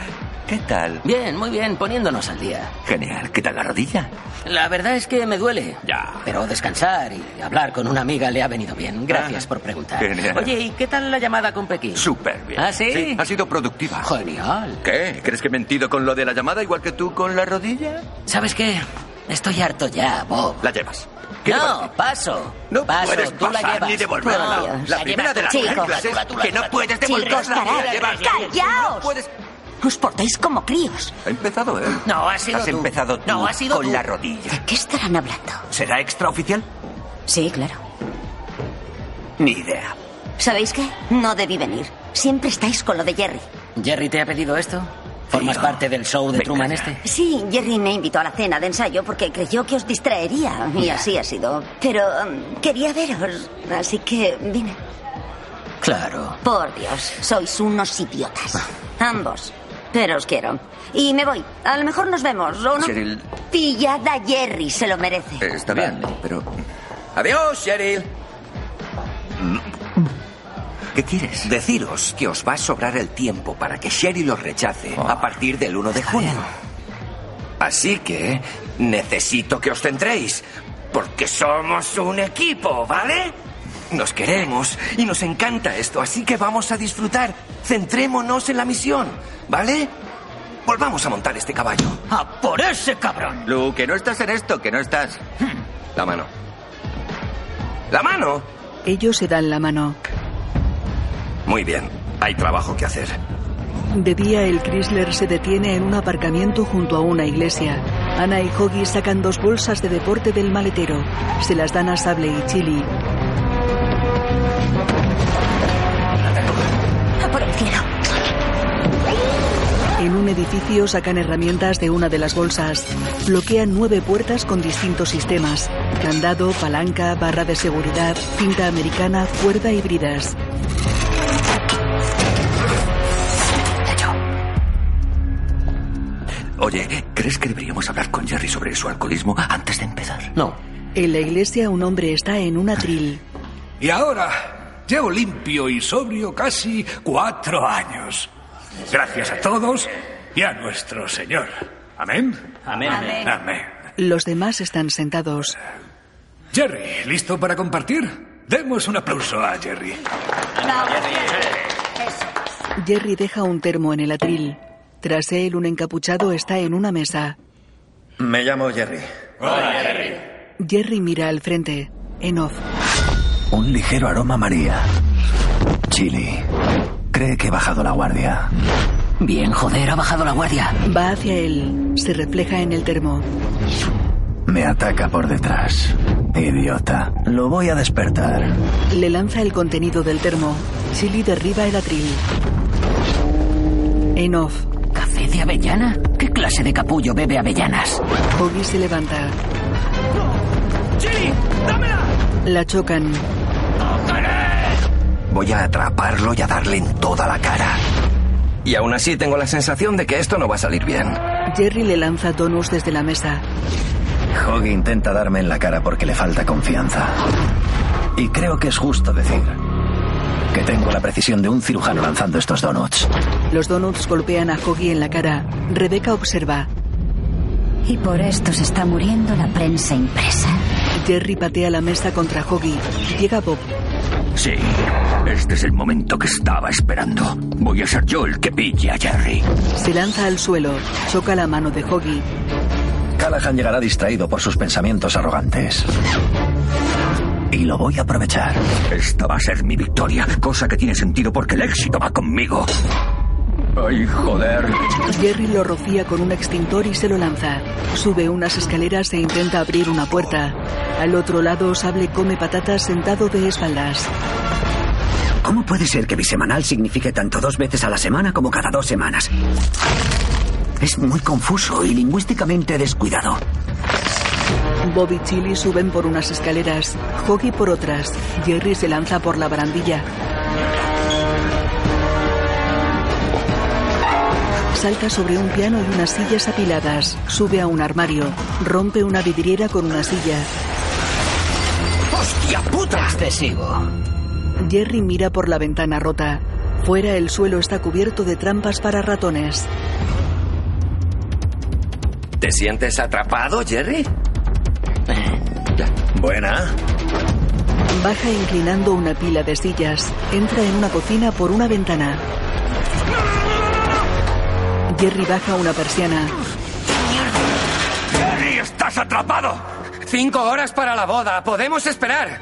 S5: ¿Qué tal?
S35: Bien, muy bien, poniéndonos al día.
S5: Genial. ¿Qué tal la rodilla?
S35: La verdad es que me duele.
S5: Ya.
S35: Pero descansar y hablar con una amiga le ha venido bien. Gracias
S5: Ah,
S35: por preguntar.
S5: genial.
S35: Oye, ¿y qué tal la llamada con Pekín?
S5: Súper bien.
S35: ¿Ah, sí?
S5: ha sido productiva.
S35: Genial.
S5: ¿Qué? ¿Crees que he mentido con lo de la llamada igual que tú con la rodilla?
S35: ¿Sabes qué? Estoy harto ya, Bob.
S5: La llevas. ¿Qué te
S35: No,
S5: parece?
S35: paso.
S5: No
S35: paso,
S5: puedes
S35: tú la
S5: pasar
S35: llevas.
S5: ni devolverla.
S35: No,
S5: la primera
S35: llevas
S5: de las
S35: tú.
S5: reglas es que no puedes devolverla.
S12: Chicos,
S5: ni la
S12: parad.
S5: llevas.
S12: ¡Callaos! Os portáis como críos.
S5: Ha empezado ¿eh? él.
S35: No, ha sido
S5: Has
S35: tú.
S5: empezado tú
S35: No, ha sido
S5: con
S35: tú.
S5: la rodilla.
S12: ¿De qué estarán hablando?
S5: ¿Será extraoficial?
S12: Sí, claro.
S5: Ni idea.
S12: ¿Sabéis qué? No debí venir. Siempre estáis con lo de Jerry.
S35: ¿Jerry te ha pedido esto? ¿Formas
S5: Tío,
S35: parte del show de
S5: venga.
S35: Truman este?
S12: Sí, Jerry me invitó a la cena de ensayo porque creyó que os distraería. Y
S35: Ya.
S12: así ha sido. Pero mm, quería veros. Así que vine.
S35: Claro.
S12: Por Dios, sois unos idiotas.
S5: Ah.
S12: Ambos. Pero os quiero. Y me voy. A lo mejor nos vemos, ¿o no?
S5: Cheryl.
S12: Pillada Jerry, se lo merece.
S5: Eh, Está bien, pero. ¡Adiós, Cheryl! ¿Qué quieres?
S37: Mm. Deciros que os va a sobrar el tiempo para que Sherry los rechace a partir del 1 de junio. Así que necesito que os centréis, porque somos un equipo, ¿vale? Nos queremos y nos encanta esto, así que vamos a disfrutar. Centrémonos en la misión, ¿vale? Volvamos a montar este caballo.
S35: ¡A por ese cabrón!
S5: Lu, que no estás en esto, que no estás. La mano. ¡La mano!
S1: Ellos se dan la mano.
S5: Muy bien, hay trabajo que hacer.
S1: De día, el Chrysler se detiene en un aparcamiento junto a una iglesia. Ana y Hoggy sacan dos bolsas de deporte del maletero. Se las dan a Sable y Chili.
S12: A por el cielo.
S1: En un edificio sacan herramientas de una de las bolsas. Bloquean nueve puertas con distintos sistemas. Candado, palanca, barra de seguridad, cinta americana, cuerda y bridas.
S5: Oye, ¿crees que deberíamos hablar con Jerry sobre su alcoholismo antes de empezar?
S35: No.
S1: En la iglesia un hombre está en un atril.
S38: Y ahora, llevo limpio y sobrio casi cuatro años.
S39: Gracias a todos y a nuestro Señor. Amén. Amén.
S1: Amén.
S39: Amén.
S1: Los demás están sentados.
S39: Jerry, ¿listo para compartir? Demos un aplauso a Jerry.
S1: Jerry deja un termo en el atril. Tras él, un encapuchado está en una mesa.
S40: Me llamo Jerry.
S1: Jerry mira al frente, en off.
S41: Un ligero aroma a María. Chili. Cree que he bajado la guardia.
S1: Bien, joder, ha bajado la guardia. Va hacia él, se refleja en el termo.
S41: Me ataca por detrás. Idiota. Lo voy a despertar.
S1: Le lanza el contenido del termo. Chili derriba el atril. En off.
S10: ¿Café de avellana? ¿Qué clase de capullo bebe avellanas?
S1: Boggy se levanta. La chocan.
S5: Voy a atraparlo y a darle en toda la cara. Y aún así tengo la sensación de que esto no va a salir bien.
S1: Jerry le lanza donuts desde la mesa.
S41: Hoggy intenta darme en la cara porque le falta confianza. Y creo que es justo decir que tengo la precisión de un cirujano lanzando estos donuts.
S1: Los donuts golpean a Hoggy en la cara. Rebeca observa.
S42: Y por esto se está muriendo la prensa impresa.
S1: Jerry patea la mesa contra Hoggy. Llega Bob.
S43: Sí, este es el momento que estaba esperando. Voy a ser yo el que pille a Jerry.
S1: Se lanza al suelo. Choca la mano de Hoggy.
S41: Callahan llegará distraído por sus pensamientos arrogantes. Y lo voy a aprovechar.
S43: Esta va a ser mi victoria, cosa que tiene sentido porque el éxito va conmigo. Ay, joder.
S1: Jerry lo rocía con un extintor y se lo lanza. Sube unas escaleras e intenta abrir una puerta. Al otro lado, Sable come patatas sentado de espaldas.
S7: ¿Cómo puede ser que bisemanal signifique tanto dos veces a la semana como cada dos semanas? Es muy confuso y lingüísticamente descuidado.
S1: Bob y Chili suben por unas escaleras, Hoggy por otras. Jerry se lanza por la barandilla. Salta sobre un piano y unas sillas apiladas. Sube a un armario. Rompe una vidriera con una silla.
S8: ¡Hostia puta! Excesivo.
S1: Jerry mira por la ventana rota. Fuera el suelo está cubierto de trampas para ratones.
S5: ¿Te sientes atrapado, Jerry?
S40: Buena.
S1: Baja inclinando una pila de sillas. Entra en una cocina por una ventana. Jerry baja una persiana.
S8: ¡Jerry, estás atrapado!
S5: Cinco horas para la boda. Podemos esperar.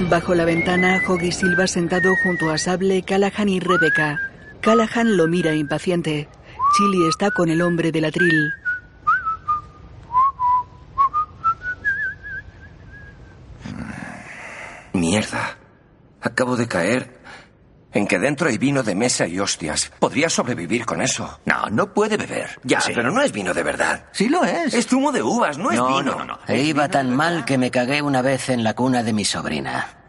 S1: Bajo la ventana, Hoggy Silva sentado junto a Sable, Callahan y Rebecca. Callahan lo mira impaciente. Chili está con el hombre del atril.
S5: Mierda. Acabo de caer en que dentro hay vino de mesa y hostias. Podría sobrevivir con eso. No, no puede beber. Ya, pero no es vino de verdad.
S10: Sí lo es.
S5: Es zumo de uvas, no, es vino.
S10: No, no. E iba tan mal que me cagué una vez en la cuna de mi sobrina.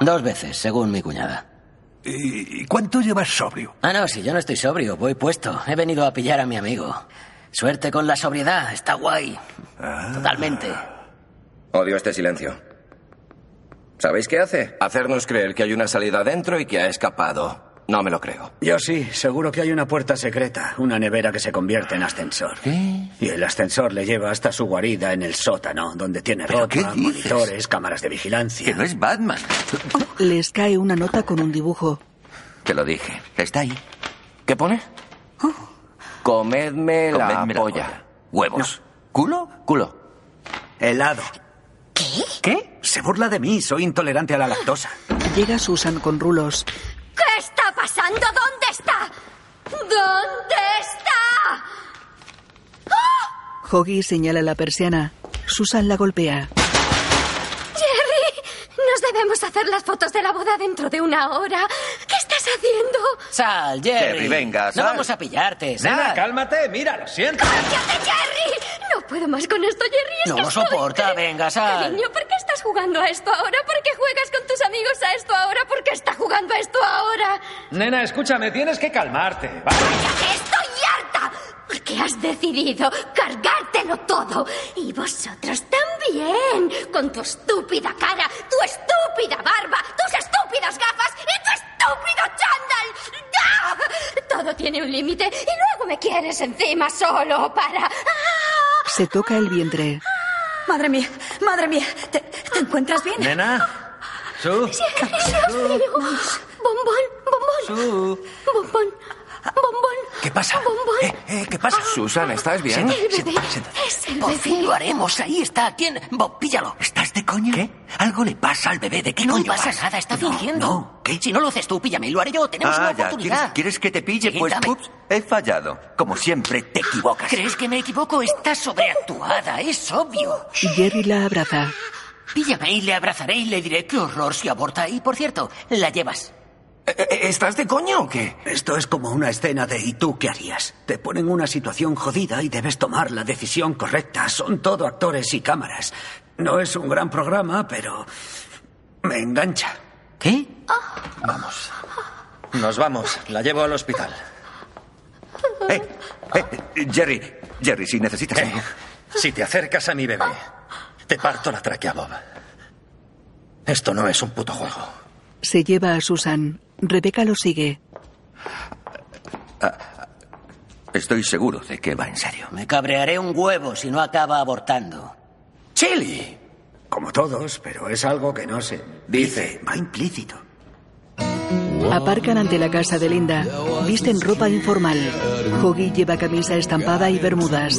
S10: Dos veces, según mi cuñada.
S39: ¿Y cuánto llevas sobrio?
S10: Ah, no, si yo no estoy sobrio, voy puesto. He venido a pillar a mi amigo. Suerte con la sobriedad, está guay.
S5: Ah.
S10: Totalmente.
S5: Odio este silencio. ¿Sabéis qué hace? Hacernos creer que hay una salida adentro y que ha escapado. No me lo creo.
S7: Yo sí, seguro que hay una puerta secreta, una nevera que se convierte en ascensor. Y el ascensor le lleva hasta su guarida en el sótano, donde tiene
S1: ¿Pero qué
S7: ropa,
S1: dices?
S7: monitores, cámaras de vigilancia. Que no es Batman.
S1: Les cae una nota con un dibujo.
S5: Te lo dije. Está ahí. ¿Qué pone? Comedme,
S8: Comedme la
S5: la, polla. Huevos. ¿Culo? Culo.
S7: Helado. ¿Qué? ¿Qué? Se burla de mí, soy intolerante a la lactosa.
S1: Llega Susan con rulos.
S19: ¿Qué está pasando? ¿Dónde está? ¿Dónde está? ¡Ah!
S1: Hoggy señala la persiana. Susan la golpea.
S19: ¡Jerry! Nos debemos hacer las fotos de la boda dentro de una hora. ¿Qué estás haciendo?
S10: Sal, Jerry.
S19: Jerry, venga,
S10: No
S19: sal.
S10: vamos a pillarte, sal.
S19: Nada,
S10: cálmate, mira, lo siento.
S19: ¡Jerry! No puedo más con esto, Jerry. Es
S10: No
S19: que
S10: lo
S19: estoy-
S10: soporta, venga, sal.
S19: Cariño, ¿por qué estás jugando a esto ahora? ¿Por qué juegas con tus amigos a esto ahora? ¿Por qué está jugando a esto ahora?
S40: Nena, escúchame, tienes que calmarte, ¿vale?
S19: ¡Estoy harta! Porque has decidido cargártelo todo. Y vosotros también. Con tu estúpida cara, tu estúpida barba, tus estúpidas gafas y tu estúpido chándal. ¡Ah! Todo tiene un límite y luego me quieres encima solo para... ¡Ah!
S1: Se toca el vientre.
S11: Madre mía, madre mía, ¿te, te encuentras bien?
S15: ¿Nena? ¿Su?
S19: Sí, sí, Rodrigo. Bombón, bombón. Bombón, bombón.
S2: ¿Qué pasa?
S44: Oh,
S19: Bombón.
S5: ¿Eh?
S2: ¿Qué pasa?
S44: Ah,
S2: Susan, ¿estás bien?
S19: el bebé. Es el
S44: Por
S19: bebé.
S44: fin lo haremos. Ahí está. ¿Quién? Bob, píllalo.
S5: ¿Estás de coño? ¿Qué? Algo le pasa al bebé. ¿De qué
S44: no
S5: coño
S44: pasa
S5: vas?
S44: nada. Está
S5: No,
S44: fingiendo.
S5: no.
S44: Si no lo haces tú, píllame. Lo haré yo. Tenemos
S5: Ah,
S44: una
S5: ya. ¿Quieres,
S44: oportunidad.
S5: quieres que te pille?
S44: Sí,
S5: pues,
S44: dame.
S5: ups, he fallado. Como siempre, te equivocas.
S44: ¿Crees que me equivoco? Está sobreactuada. Es obvio.
S1: Jerry la abraza.
S44: Píllame y le abrazaré y le diré qué horror si aborta. Y por cierto, la llevas.
S7: Eh, ¿Estás de coño o qué? Esto es como una escena de ¿y tú qué harías? Te ponen una situación jodida y debes tomar la decisión correcta. Son todo actores y cámaras. No es un gran programa, pero me engancha.
S15: ¿Qué? Vamos. Nos vamos. La llevo al hospital.
S5: Eh, Jerry, Jerry, si necesitas.
S15: Eh, si te acercas a mi bebé, te parto la tráquea, Bob. Esto no es un puto juego.
S1: Se lleva a Susan. Rebeca lo sigue.
S5: Ah, Estoy seguro de que va en serio.
S45: Me cabrearé un huevo si no acaba abortando.
S7: ¡Chili! Como todos, pero es algo que no se dice. Va implícito.
S1: Aparcan ante la casa de Linda. Visten ropa informal. Hoggy lleva camisa estampada y bermudas.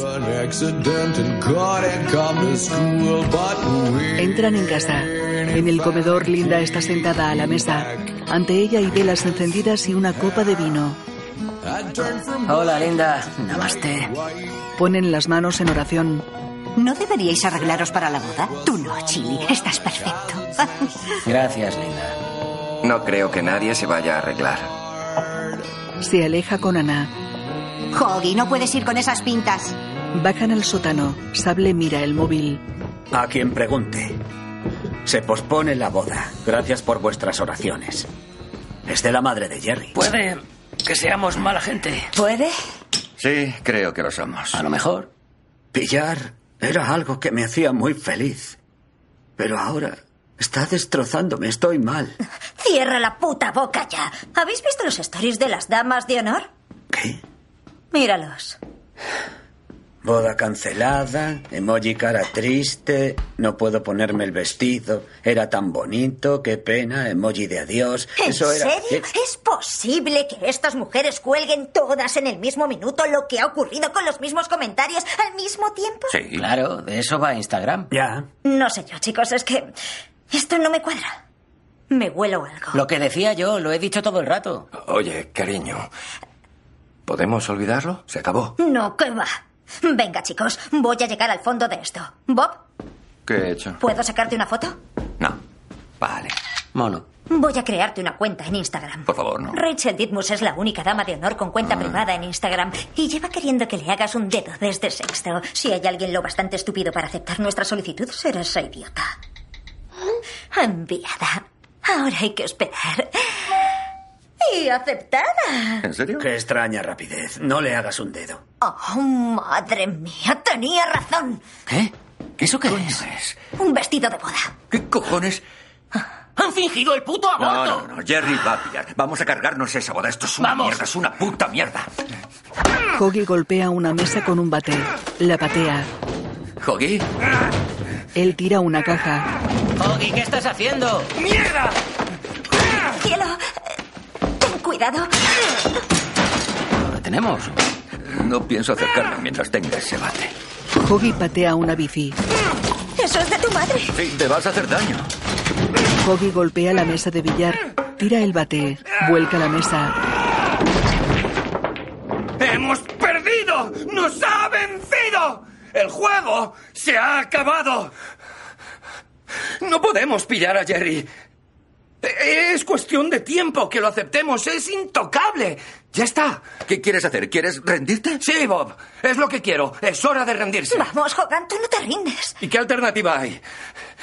S1: Entran en casa. En el comedor, Linda está sentada a la mesa. Ante ella hay velas encendidas y una copa de vino.
S45: Hola, linda. Namaste.
S1: Ponen las manos en oración.
S9: ¿No deberíais arreglaros para la boda? Tú no, Chili. Estás perfecto.
S45: Gracias, Linda.
S2: No creo que nadie se vaya a arreglar.
S1: Se aleja con Ana.
S9: Hoggy, no puedes ir con esas pintas.
S1: Bajan al sótano. Sable mira el móvil.
S7: A quien pregunte. Se pospone la boda. Gracias por vuestras oraciones. Es de la madre de Jerry.
S45: Puede que seamos mala gente.
S9: ¿Puede?
S5: Sí, creo que lo somos.
S45: A lo mejor.
S7: Pillar era algo que me hacía muy feliz. Pero ahora está destrozándome. Estoy mal.
S11: Cierra la puta boca ya. ¿Habéis visto los stories de las damas de honor? ¿Qué? Míralos.
S7: Boda cancelada, emoji cara triste, no puedo ponerme el vestido, era tan bonito, qué pena, emoji de adiós.
S11: ¿En
S7: Eso era.
S11: serio? ¿Es posible que estas mujeres cuelguen todas en el mismo minuto lo que ha ocurrido con los mismos comentarios al mismo tiempo?
S5: Sí.
S45: Claro, de eso va Instagram.
S7: Ya.
S11: No sé yo, chicos, es que esto no me cuadra. Me huelo algo.
S45: Lo que decía yo, lo he dicho todo el rato.
S2: Oye, cariño. ¿Podemos olvidarlo? Se acabó.
S11: No, que va. Venga, chicos, voy a llegar al fondo de esto. Bob,
S2: ¿Qué he hecho?
S11: ¿puedo sacarte una foto?
S5: No. Vale.
S45: Mono.
S11: Voy a crearte una cuenta en Instagram.
S5: Por favor, no.
S11: Rachel Ditmus es la única dama de honor con cuenta privada en Instagram y lleva queriendo que le hagas un dedo desde sexto. Si hay alguien lo bastante estúpido para aceptar nuestra solicitud, será esa idiota. Enviada. Ahora hay que esperar. Y aceptada.
S5: ¿En serio?
S7: Qué extraña rapidez. No le hagas un dedo.
S11: Oh, madre mía, tenía razón.
S45: ¿Eso qué
S5: es?
S11: Un vestido de boda.
S5: ¿Qué cojones?
S45: ¡Han fingido el
S12: Ah,
S45: puto
S5: No,
S45: aborto!
S5: no, no. Jerry va a pillar. Vamos a cargarnos esa boda. Esto es una mierda. Es una puta mierda.
S1: Hoggy golpea una mesa con un bate. La patea.
S5: ¿Hoggy?
S1: Él tira una caja.
S10: Oh,
S45: Hoggy, ¿qué estás haciendo?
S11: ¡Mierda! Cielo, ten cuidado.
S45: Lo tenemos.
S5: No pienso acercarme mientras tenga ese bate.
S1: Hoggy patea una bici.
S11: Eso es de tu madre.
S5: Sí, te vas a hacer daño.
S1: Hoggy golpea la mesa de billar. Tira el bate. Vuelca la mesa.
S4: ¡Hemos perdido! ¡Nos ha vencido! ¡El juego se ha acabado! No podemos pillar a Jerry. E- Es cuestión de tiempo que lo aceptemos. Es intocable. Ya está.
S5: ¿Qué quieres hacer? ¿Quieres rendirte?
S4: Sí, Bob. Es lo que quiero. Es hora de rendirse.
S11: Vamos, Hogan, tú no te rindes.
S4: ¿Y qué alternativa hay?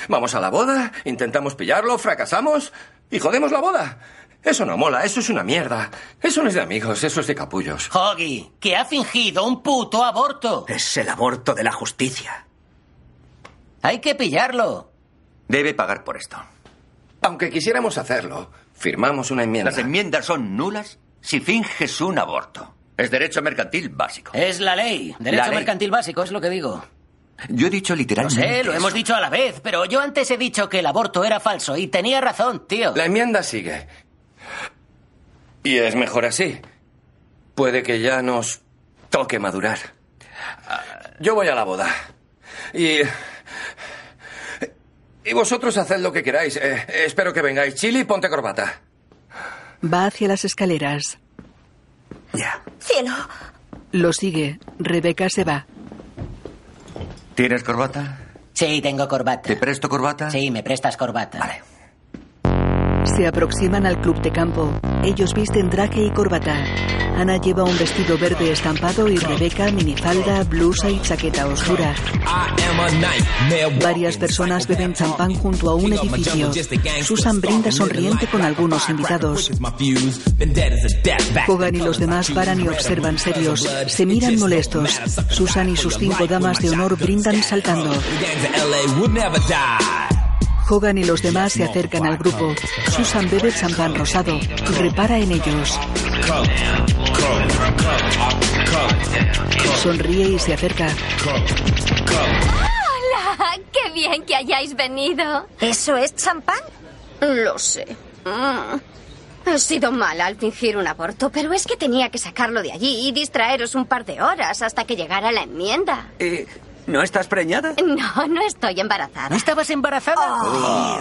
S4: Vamos a la boda, intentamos pillarlo, fracasamos y jodemos la boda. Eso no mola, eso es una mierda. Eso no es de amigos, eso es de capullos.
S45: Hoggy, que ha fingido un puto aborto.
S7: Es el aborto de la justicia.
S45: Hay que pillarlo.
S5: Debe pagar por esto.
S4: Aunque quisiéramos hacerlo, firmamos una enmienda.
S5: Las enmiendas son nulas si finges un aborto. Es derecho mercantil básico.
S10: Es la ley. Derecho
S5: La ley.
S10: mercantil básico, es lo que digo.
S5: Yo he dicho
S10: Lo
S5: literalmente.
S10: sé, lo hemos dicho a la vez, pero yo antes he dicho que el aborto era falso y tenía razón, tío.
S5: La enmienda sigue. Y es mejor así. Puede que ya nos toque madurar. Ah, Yo voy a la boda. Y. Y vosotros haced lo que queráis. Eh, espero que vengáis. Chili, ponte corbata.
S1: Va hacia las escaleras.
S12: Cielo.
S1: Lo sigue. Rebeca se va.
S5: ¿Tienes corbata?
S10: Sí, tengo corbata. ¿Te
S5: presto corbata?
S10: Sí, me prestas corbata. Vale.
S1: Se aproximan al club de campo. Ellos visten traje y corbata. Ana lleva un vestido verde estampado y Rebeca minifalda, blusa y chaqueta oscura. Varias personas beben champán junto a un edificio. Susan brinda sonriente con algunos invitados. Hogan y los demás paran y observan serios. Se miran molestos. Susan y sus cinco damas de honor brindan saltando. Hogan y los demás se acercan al grupo. Susan bebe champán rosado. Repara en ellos. Sonríe y se acerca.
S19: ¡Hola! ¡Qué bien que hayáis venido! ¿Eso es champán? Lo sé. Mm. He sido mala al fingir un aborto, pero es que tenía que sacarlo de allí y distraeros un par de horas hasta que llegara la enmienda.
S46: Eh, ¿No estás preñada?
S19: No, no estoy embarazada. Oh,
S10: ¿Estabas embarazada?
S7: Oh.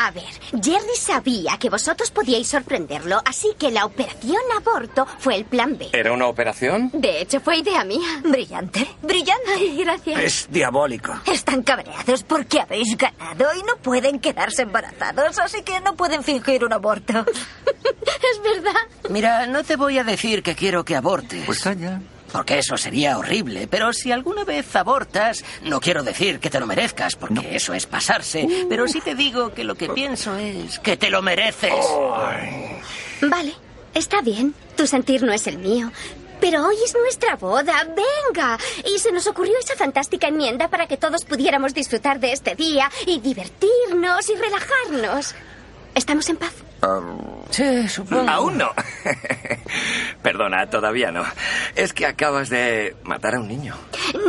S19: A ver, Jerry sabía que vosotros podíais sorprenderlo, así que la operación aborto fue el plan B.
S5: ¿Era una operación?
S19: De hecho, fue idea mía. Brillante. Brillante. Ay, gracias.
S46: Es diabólico.
S11: Están cabreados porque habéis ganado y no pueden quedarse embarazados, así que no pueden fingir un aborto.
S19: es verdad.
S10: Mira, no te voy a decir que quiero que abortes.
S5: Pues calla.
S10: Porque eso sería horrible, pero si alguna vez abortas, no quiero decir que te lo merezcas, porque eso es pasarse, pero sí te digo que lo
S5: Uh.
S10: que pienso es que te lo mereces.
S19: Vale, está bien. Tu sentir no es el mío. Pero hoy es nuestra boda, venga. Y se nos ocurrió esa fantástica enmienda para que todos pudiéramos disfrutar de este día y divertirnos y relajarnos. ¿Estamos en paz?
S5: Um,
S10: Sí, supongo.
S5: Aún no. Perdona, todavía no. Es que acabas de matar a un niño.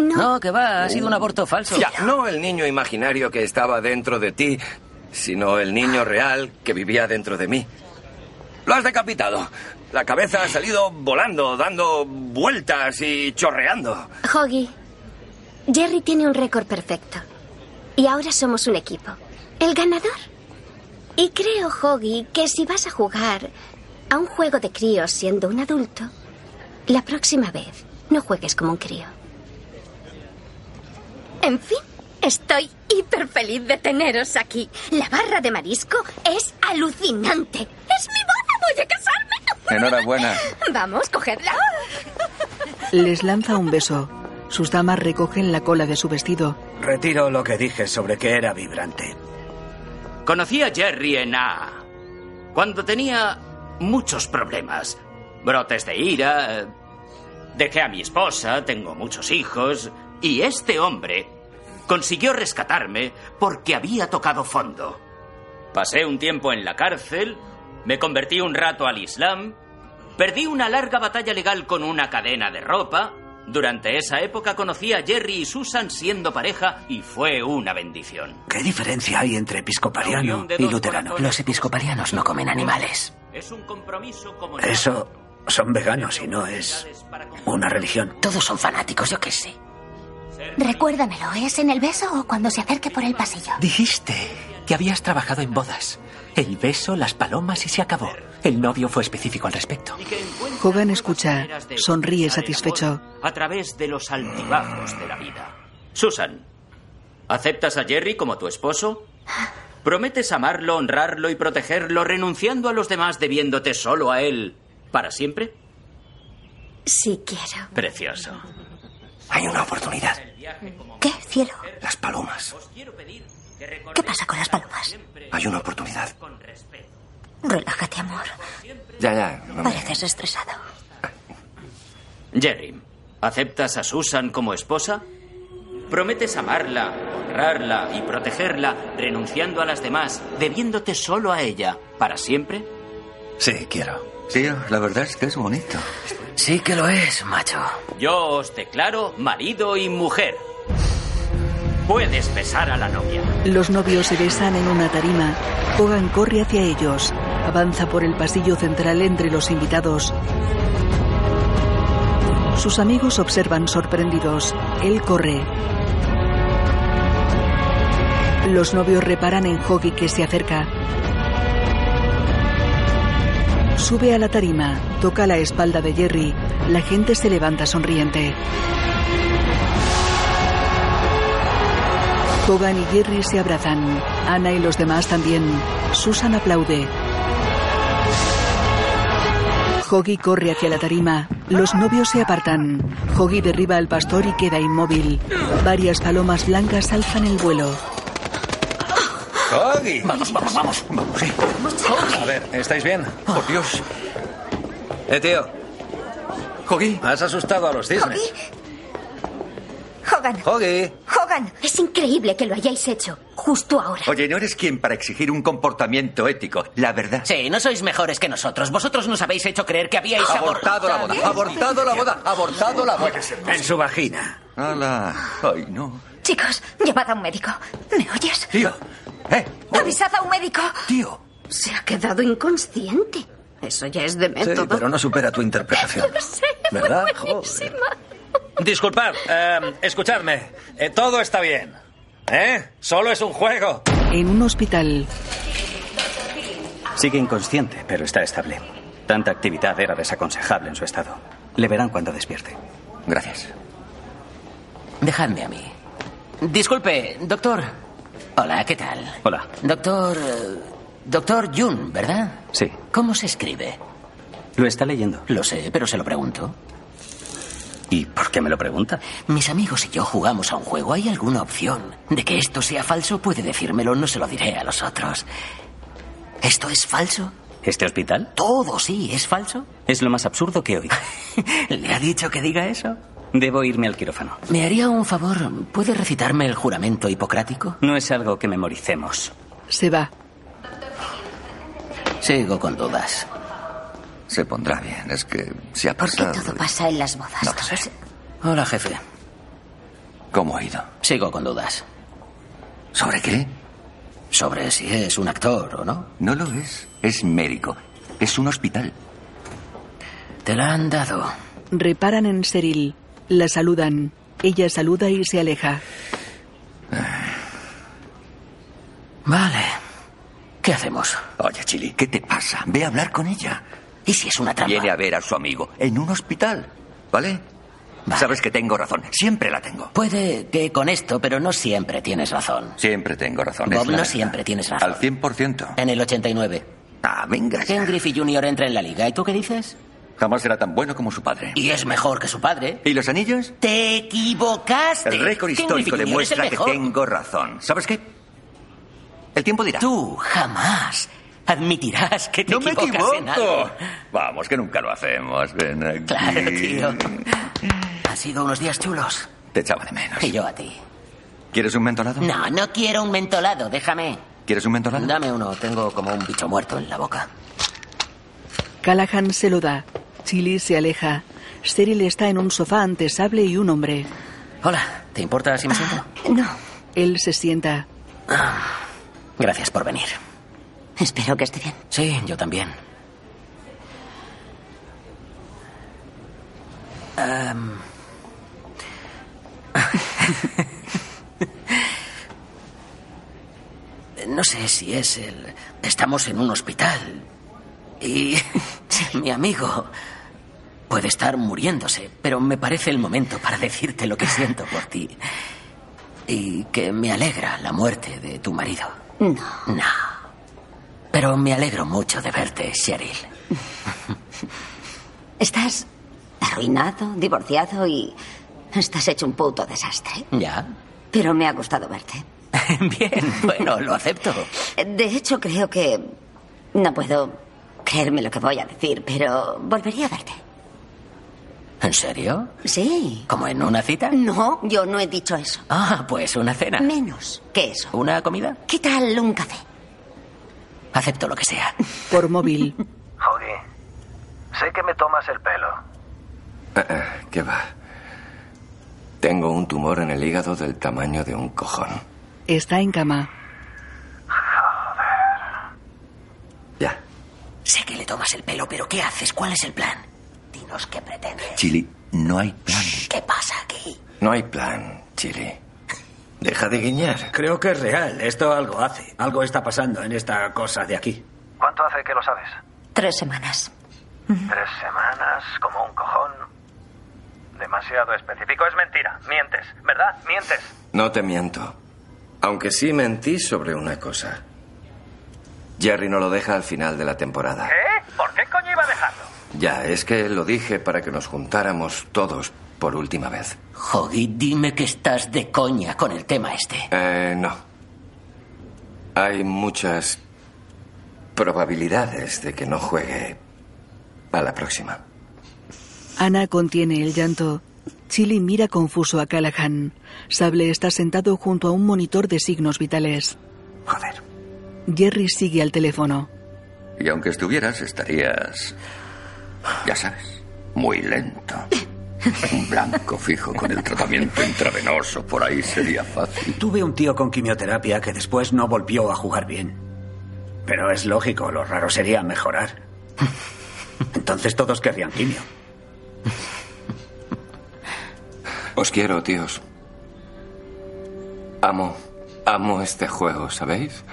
S10: No. que va, ha sido un aborto falso.
S5: Ya, no el niño imaginario que estaba dentro de ti, sino el niño real que vivía dentro de mí. Lo has decapitado. La cabeza ha salido volando, dando vueltas y chorreando.
S19: Hoggy, Jerry tiene un récord perfecto. Y ahora somos un equipo. El ganador. Y creo, Hoggy, que si vas a jugar a un juego de críos siendo un adulto, la próxima vez no juegues como un crío. En fin, estoy hiper feliz de teneros aquí. La barra de marisco es alucinante. ¡Es mi boda! ¡Voy a casarme!
S5: Enhorabuena.
S19: Vamos, cogedla.
S1: Les lanza un beso. Sus damas recogen la cola de su vestido.
S46: Retiro lo que dije sobre que era vibrante.
S7: Conocí a Jerry en A. Cuando tenía muchos problemas. Brotes de ira. eh, Dejé a mi esposa, tengo muchos hijos. Y este hombre consiguió rescatarme porque había tocado fondo. Pasé un tiempo en la cárcel, me convertí un rato al Islam, perdí una larga batalla legal con una cadena de ropa. Durante esa época conocí a Jerry y Susan siendo pareja y fue una bendición.
S46: ¿Qué diferencia hay entre episcopaliano y luterano?
S7: Los
S10: episcopalianos no comen animales.
S7: Es un compromiso como
S46: Eso son veganos y no es una religión.
S10: Todos son fanáticos, yo qué sé.
S6: Recuérdamelo, ¿es en el beso o cuando se acerque por el pasillo?
S47: Dijiste que habías trabajado en bodas. El beso, las palomas y se acabó. El novio fue específico al respecto.
S1: Hogan escucha. Sonríe satisfecho.
S7: a través de los altibajos de la vida. Susan, ¿aceptas a Jerry como tu esposo? ¿Prometes amarlo, honrarlo y protegerlo, renunciando a los demás, debiéndote solo a él para siempre?
S19: Sí quiero.
S7: Precioso.
S5: Hay una oportunidad.
S12: ¿Qué, cielo?
S5: Las palomas.
S12: ¿Qué pasa con las palomas?
S5: Hay una oportunidad.
S12: Relájate, amor.
S5: Ya, ya. no me-
S12: Pareces estresado.
S7: Jerry, ¿aceptas a Susan como esposa? ¿Prometes amarla, honrarla y protegerla, renunciando a las demás, debiéndote solo a ella para siempre?
S48: Sí, quiero.
S5: Tío, la verdad es que es bonito.
S10: Sí que lo es, macho.
S49: Yo os declaro marido y mujer. Puedes besar a la novia.
S1: Los novios se besan en una tarima. Hogan corre hacia ellos. Avanza por el pasillo central entre los invitados. Sus amigos observan sorprendidos. Él corre. Los novios reparan en Hoggy que se acerca. Sube a la tarima, toca la espalda de Jerry. La gente se levanta sonriente. Hogan y Jerry se abrazan. Ana y los demás también. Susan aplaude. Hoggy corre hacia la tarima. Los novios se apartan. Hoggy derriba al pastor y queda inmóvil. Varias palomas blancas alzan el vuelo.
S19: ¡Hoggy! Vamos, vamos, vamos. Vamos, sí. A ver, ¿estáis bien?
S12: Ah.
S19: Por Dios. Eh, tío. ¿Hoggy? Has asustado a los cisnes.
S12: Hogan,
S19: ¡Hoggy!
S12: Hogan, es increíble que lo hayáis hecho justo ahora.
S5: Oye, no eres quien para exigir un comportamiento ético, la verdad.
S10: Sí, Eh, no sois mejores que nosotros. Vosotros nos habéis hecho creer que habíais
S5: Abortado la boda, abortado la boda, abortado la boda.
S50: En su vagina.
S5: ¡Hala! ¡Ay, no!
S12: Chicos, llevad a un médico. ¿Me oyes?
S5: Tío,
S19: Oh.
S12: ¡Avisad a un médico!
S5: Tío.
S12: Se ha quedado inconsciente. Eso ya es de
S19: Sí, pero no supera tu interpretación.
S12: sé,
S19: fue ¿Verdad? Disculpad, eh, escuchadme. Eh, todo está bien. ¿Eh? Solo es un juego.
S1: En un hospital,
S7: Sigue inconsciente, pero está estable. Tanta actividad era desaconsejable en su estado. Le verán cuando despierte.
S5: Gracias.
S10: Dejadme a mí. Disculpe, doctor. Hola, ¿qué tal?
S7: Hola.
S10: Doctor. eh, Doctor Jun, ¿verdad?
S7: Sí.
S10: ¿Cómo se escribe?
S7: Lo está leyendo.
S10: Lo sé, pero se lo pregunto.
S7: ¿Y por qué me lo pregunta?
S10: Mis amigos y yo jugamos a un juego. ¿Hay alguna opción de que esto sea falso? Puede decírmelo, no se lo diré a los otros. ¿Esto es falso?
S7: ¿Este hospital?
S10: Todo sí, es falso.
S7: Es lo más absurdo que oí.
S10: ¿Le ha dicho que diga eso?
S7: Debo irme al quirófano.
S10: ¿Me haría un favor? ¿Puede recitarme el juramento hipocrático?
S7: No es algo que memoricemos.
S1: se va.
S10: Sigo con dudas.
S5: Se pondrá bien, es que se ha
S10: ¿Por qué
S5: pasado.
S10: todo
S5: de-
S10: pasa en las bodas?
S5: No lo sé.
S10: Hola, jefe.
S5: ¿Cómo ha ido?
S10: Sigo con dudas.
S5: ¿Sobre qué?
S10: Sobre si es un actor o no.
S5: No lo es. Es médico. Es un hospital.
S10: Te la han dado.
S1: Reparan en Seril. La saludan. Ella saluda y se aleja.
S10: Vale. ¿Qué hacemos?
S5: Oye, Chili, ¿qué te pasa? Ve a hablar con ella.
S10: ¿Y si es una trampa?
S5: Viene a ver a su amigo en un hospital, ¿vale? Sabes que tengo razón. Siempre la tengo.
S10: Puede que con esto, pero no siempre tienes razón.
S5: Siempre tengo razón.
S10: Bob,
S5: es
S10: no
S5: la verdad.
S10: siempre tienes razón.
S5: Al 100%.
S10: En el 89.
S5: Ah, venga.
S10: Ken Griffey Jr. entra en la liga. ¿Y tú qué dices?
S5: Jamás era tan bueno como su padre.
S10: Y es mejor que su padre.
S5: ¿Y los anillos?
S10: ¡Te equivocaste!
S5: El récord
S10: Ken Griffey
S5: histórico
S10: Jr. es
S5: demuestra
S10: el
S5: que
S10: mejor.
S5: tengo razón. ¿Sabes qué? El tiempo dirá.
S10: Tú jamás admitirás que te
S5: ¡No me
S10: equivocas en algo.
S5: equivoco! Vamos, que nunca lo hacemos. Ven aquí.
S10: Claro, tío. Han sido unos días chulos.
S5: Te echaba de menos.
S10: Y yo a ti.
S5: ¿Quieres un mentolado?
S10: No, no quiero un mentolado, déjame.
S5: ¿Quieres un mentolado?
S10: Dame uno, tengo como un bicho muerto en la boca.
S1: Callahan se lo da. Chili se aleja. Seril está en un sofá ante Sable y un hombre.
S10: Hola, ¿te importa si me siento?
S1: No. Él se sienta.
S10: Gracias por venir.
S12: Espero que esté bien.
S10: Sí, yo también. Am. no sé si es el... Estamos en un hospital. Y mi amigo puede estar muriéndose, pero me parece el momento para decirte lo que siento por ti. Y que me alegra la muerte de tu marido.
S12: No.
S10: No. Pero me alegro mucho de verte, Cheryl.
S12: Estás arruinado, divorciado y estás hecho un puto desastre.
S10: Mm. ¿Ya?
S12: Pero me ha gustado verte.
S10: Bien, bueno, lo acepto.
S12: De hecho, creo que no puedo creerme lo que voy a decir, pero volvería a verte.
S10: ¿En serio?
S12: Sí.
S10: ¿Como en una cita?
S12: No, yo no he dicho eso.
S10: Ah, pues una cena.
S12: Menos que eso.
S10: ¿Una comida?
S12: ¿Qué tal un café?
S10: Acepto lo que sea.
S1: Por móvil.
S51: Hoggy,
S52: Sé que me tomas el pelo.
S5: Ah, ah, ¿Qué va? Tengo un tumor en el hígado del tamaño de un cojón.
S1: Está en cama.
S5: Ya.
S10: Sé que le tomas el pelo, pero ¿qué haces? ¿Cuál es el plan? Dinos qué pretendes.
S5: Chili, no hay plan.
S10: ¿Qué pasa aquí?
S5: No hay plan, Chili. Deja de guiñar.
S7: Creo que es real. Esto algo hace. Algo está pasando en esta cosa de aquí.
S52: ¿Cuánto hace que lo sabes?
S11: Tres semanas.
S52: Tres semanas, como un cojón. Demasiado específico. Es mentira. Mientes, ¿verdad? Mientes.
S5: No te miento. Aunque sí mentí sobre una cosa. Jerry no lo deja al final de la temporada.
S52: ¿Qué? ¿Por qué coño iba a dejarlo?
S5: Ya, es que lo dije para que nos juntáramos todos por última vez.
S10: Hoggy, dime que estás de coña con el tema este.
S5: Eh, no. Hay muchas probabilidades de que no juegue a la próxima.
S1: Ana contiene el llanto. Chili mira confuso a Callahan. Sable está sentado junto a un monitor de signos vitales.
S5: Joder.
S1: Jerry sigue al teléfono.
S8: Y aunque estuvieras, estarías. Ya sabes, muy lento. Un blanco fijo con el tratamiento intravenoso por ahí sería fácil.
S7: Tuve un tío con quimioterapia que después no volvió a jugar bien. Pero es lógico, lo raro sería mejorar. Entonces todos querrían quimio.
S5: Os quiero, tíos. Amo, amo este juego, ¿sabéis?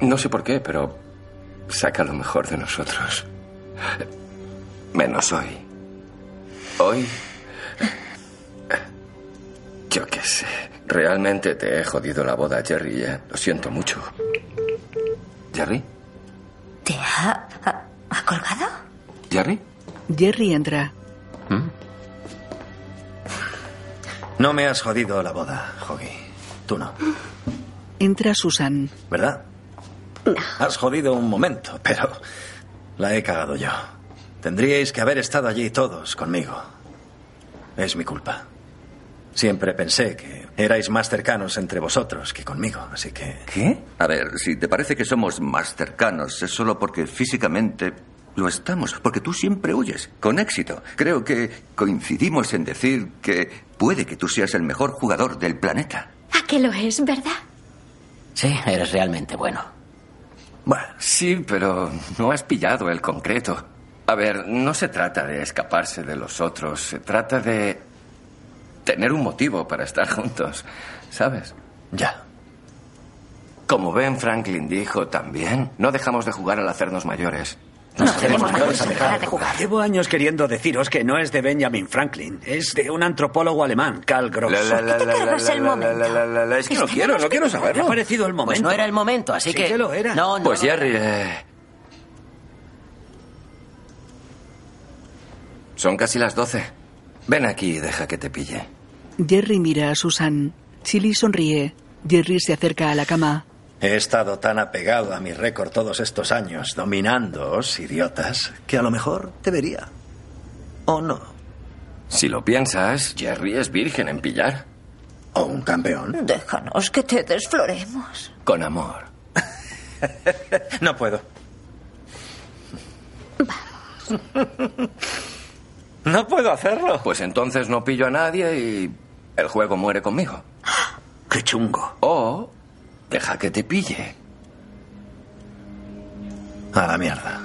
S5: No sé por qué, pero saca lo mejor de nosotros. Menos hoy. Hoy... Yo qué sé. Realmente te he jodido la boda, Jerry. ¿eh? Lo siento mucho. ¿Jerry?
S11: ¿Te ha, ha- ha colgado?
S5: ¿Jerry?
S1: Jerry entra.
S7: ¿Mm? No me has jodido la boda, Hoggy. Tú no,
S1: Entra Susan.
S7: ¿verdad? Has jodido un momento, pero la he cagado yo. Tendríais que haber estado allí todos conmigo. Es mi culpa. Siempre pensé que erais más cercanos entre vosotros que conmigo, así que...
S8: ¿Qué? A ver, si te parece que somos más cercanos, es solo porque físicamente lo estamos, porque tú siempre huyes, con éxito. Creo que coincidimos en decir que puede que tú seas el mejor jugador del planeta.
S19: ¿A que lo es, verdad?
S10: Sí, eres realmente bueno.
S5: Bueno, sí, pero no has pillado el concreto. A ver, no se trata de escaparse de los otros, se trata de tener un motivo para estar juntos, ¿sabes?
S7: Ya.
S5: Como Ben Franklin dijo también, no dejamos de jugar al hacernos mayores.
S7: Llevo años queriendo deciros que no es de Benjamin Franklin, es de un antropólogo alemán, Karl Gross.
S8: Es que no quiero, no quiero saberlo.
S7: Me ha parecido el momento.
S10: Pues no era el momento, así
S7: Sí
S10: que.
S7: que lo era.
S10: No, no.
S5: Pues
S10: no.
S5: Jerry... eh, Son casi las doce. Ven aquí y deja que te pille.
S1: Jerry mira a Susan. Chili sonríe. Jerry se acerca a la cama.
S7: He estado tan apegado a mi récord todos estos años, dominándoos, idiotas, que a lo mejor debería. ¿O no?
S5: Si lo piensas, Jerry es virgen en pillar.
S7: ¿O un campeón?
S11: Déjanos que te desfloremos.
S5: Con amor.
S7: No puedo. No puedo hacerlo.
S5: Pues entonces no pillo a nadie y el juego muere conmigo.
S7: Qué chungo.
S5: O deja que te pille.
S7: A la mierda.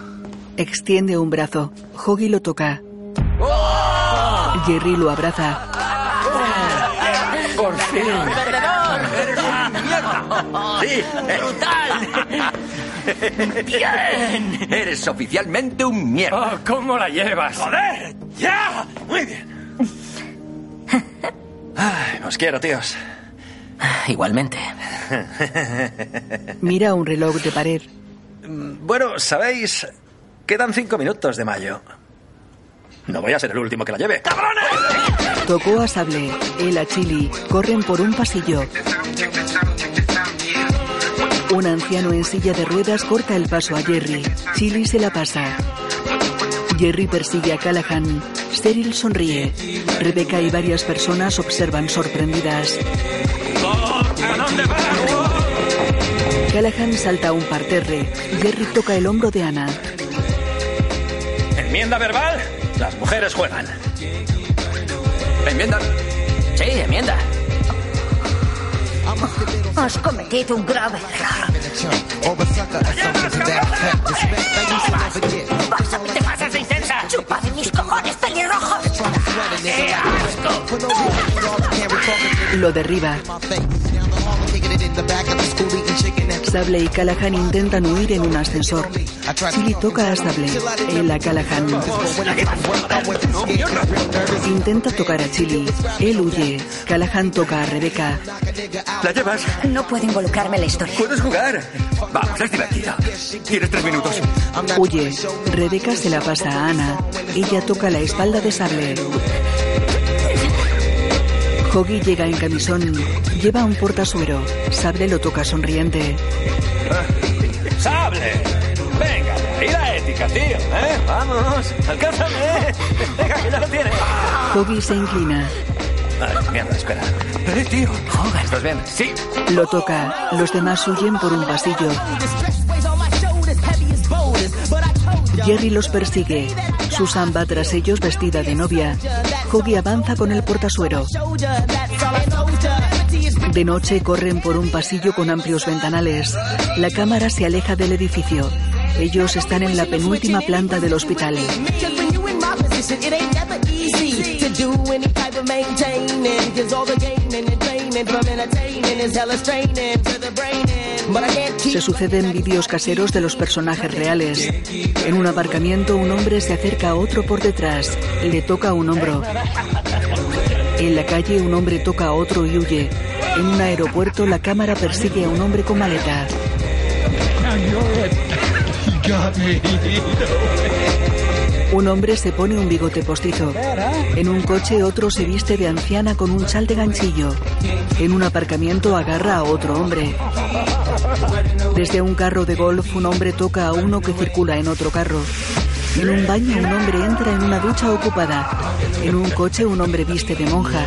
S1: Extiende un brazo. Hoggy lo toca. Jerry lo abraza.
S5: Por fin.
S8: Sí.
S7: Eh.
S5: eh.
S8: ¡Bien! Eres oficialmente un mierda.
S5: Oh, ¿Cómo la llevas?
S7: ¡Joder! ¡Ya! Muy bien. Ay, os quiero, tíos.
S10: Igualmente.
S1: Mira un reloj de pared.
S7: Bueno, sabéis, quedan cinco minutos de mayo. No voy a ser el último que la lleve.
S1: Tocó a Sable. Él a Chili. Corren por un pasillo. Un anciano en silla de ruedas corta el paso a Jerry. Chili se la pasa. Jerry persigue a Callahan. Cheryl sonríe. Rebecca y varias personas observan sorprendidas. Callahan salta a un parterre. Jerry toca el hombro de Ana.
S7: El
S15: Enmienda verbal, las mujeres juegan.
S5: ¿Enmienda?
S45: Sí, enmienda.
S11: Has cometido un grave error.
S44: ¡Te pasas de intensa! ¡Chupa de mis cojones, pelirrojo! ¡Qué
S1: Lo derriba. Sable y Callahan intentan huir en un ascensor. Chili toca a Sable. Él a Callahan. Intenta tocar a Chili. Él huye. Callahan toca a Rebeca.
S5: ¿La llevas?
S11: No puedo involucrarme en la historia.
S5: Puedes jugar. Vamos, es divertida. Tienes tres minutos.
S1: Huye. Rebeca se la pasa a Ana. Ella toca la espalda de Sable. Hoggy llega en camisón. Lleva un portasuero. Sable lo toca sonriente.
S15: ¡Sable! Venga, y la ética, tío, ¿eh? Vamos, alcánzame. eh. Venga, que ya lo tienes.
S1: Hoggy se inclina.
S15: Ay, mierda, espera.
S5: Eh, tío. ¿Estás bien? Sí.
S1: Lo toca. Los demás huyen por un pasillo. Jerry los persigue. Susan va tras ellos vestida de novia. Hoggy avanza con el portasuero. De noche corren por un pasillo con amplios ventanales. La cámara se aleja del edificio. Ellos están en la penúltima planta del hospital. Se suceden vídeos caseros de los personajes reales. En un aparcamiento un hombre se acerca a otro por detrás, le toca un hombro. En la calle un hombre toca a otro y huye. En un aeropuerto la cámara persigue a un hombre con maleta. Un hombre se pone un bigote postizo. En un coche otro se viste de anciana con un chal de ganchillo. En un aparcamiento agarra a otro hombre. Desde un carro de golf un hombre toca a uno que circula en otro carro. En un baño un hombre entra en una ducha ocupada. En un coche un hombre viste de monja.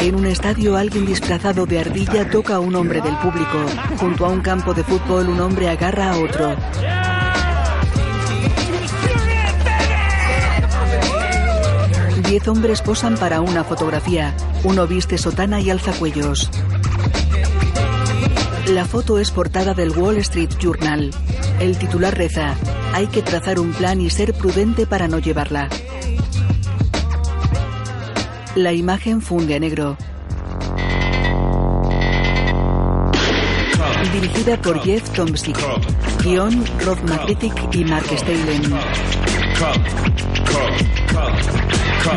S1: En un estadio alguien disfrazado de ardilla toca a un hombre del público. Junto a un campo de fútbol un hombre agarra a otro. Diez hombres posan para una fotografía. Uno viste sotana y alzacuellos. La foto es portada del Wall Street Journal. El titular reza, hay que trazar un plan y ser prudente para no llevarla. La imagen funde a negro. Dirigida por Jeff Tomsic. Guión Rod McCritic y Mark Stalen.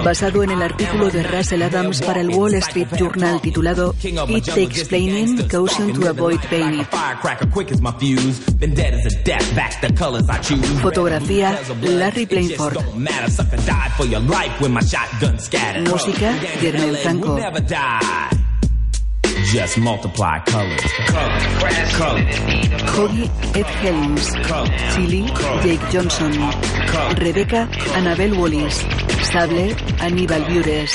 S1: Basado en el artículo de Russell Adams para el Wall Street Journal titulado It Takes Planning Caution to Avoid Pain It.
S6: Firecracker quick as my fuse. Been dead as a death back the colors I choose.
S1: Fotografía Larry Plainford.
S6: Matter sucker died for your life when my shotgun scattered.
S1: Música Jermel Franco.
S6: Never die. Just multiply colors. Colors. Colors.
S1: Hoggy Ed Helms. Chili Jake Johnson. Rebeca Annabel Wallis. Sable Aníbal Viures.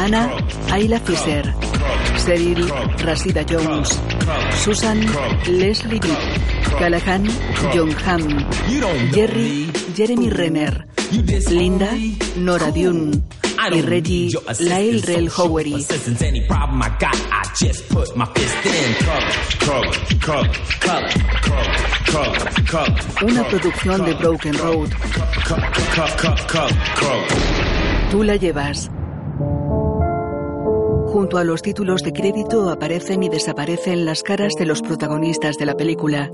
S1: Ana Ayla Fisher. Cyril Rasida Jones. Susan Leslie Dick. Callahan John Hamm. Jerry Jeremy Renner. Linda Nora Dune. Y Reggie Lyle Rel Howery.
S6: Assistance, any problem I got, I just put my fist in. Color, color, color, color, color, color,
S1: Una producción de Broken Road.
S6: color, color, color.
S1: Tú la llevas. Junto a los títulos de crédito aparecen y desaparecen las caras de los protagonistas de la película.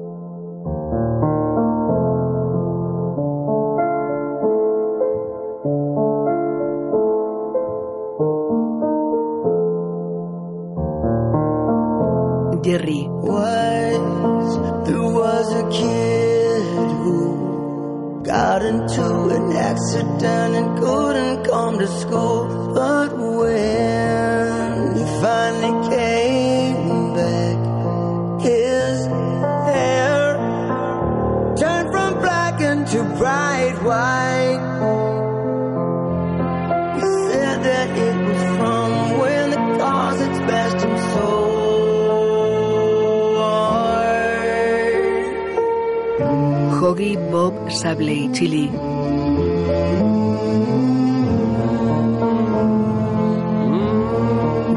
S1: Jerry,
S8: Once there was a kid who got into an accident and couldn't come to school. But when he finally came back, his hair turned from black into bright white. He said that it was from when the cars had smashed him so hard.
S1: Hoggy, Bob, Sable y Chili.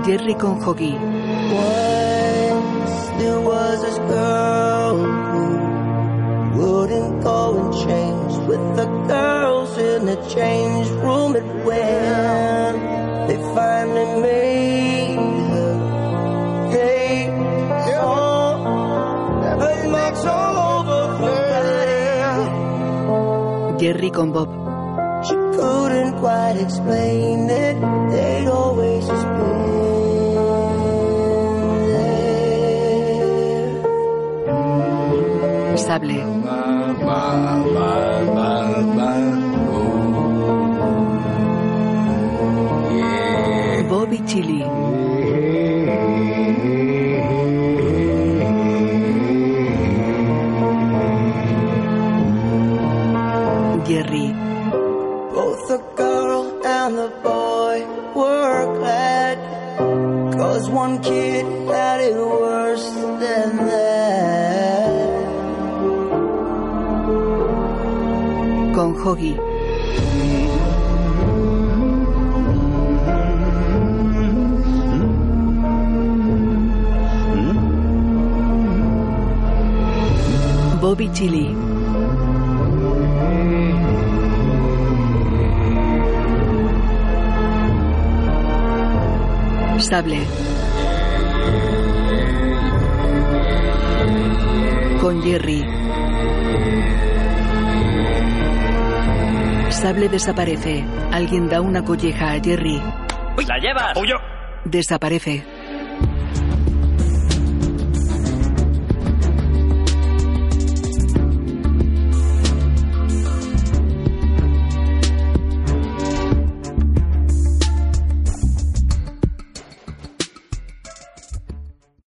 S1: Jerry con Hoggy.
S8: Once there was this girl who wouldn't go and change with the girls in the change room. And when they finally made her day, so very much over her.
S1: Jerry con Bob.
S8: She couldn't quite explain it. They'd always just been there.
S1: Sable. Bob y Chili. Jerry.
S8: Both the girl and the boy were glad. Cause one kid had it worse than that.
S1: Con Hoggy. Bobby Chili. Sable. Con Jerry. Sable desaparece. Alguien da una colleja a Jerry.
S14: ¡La llevas!
S1: Desaparece.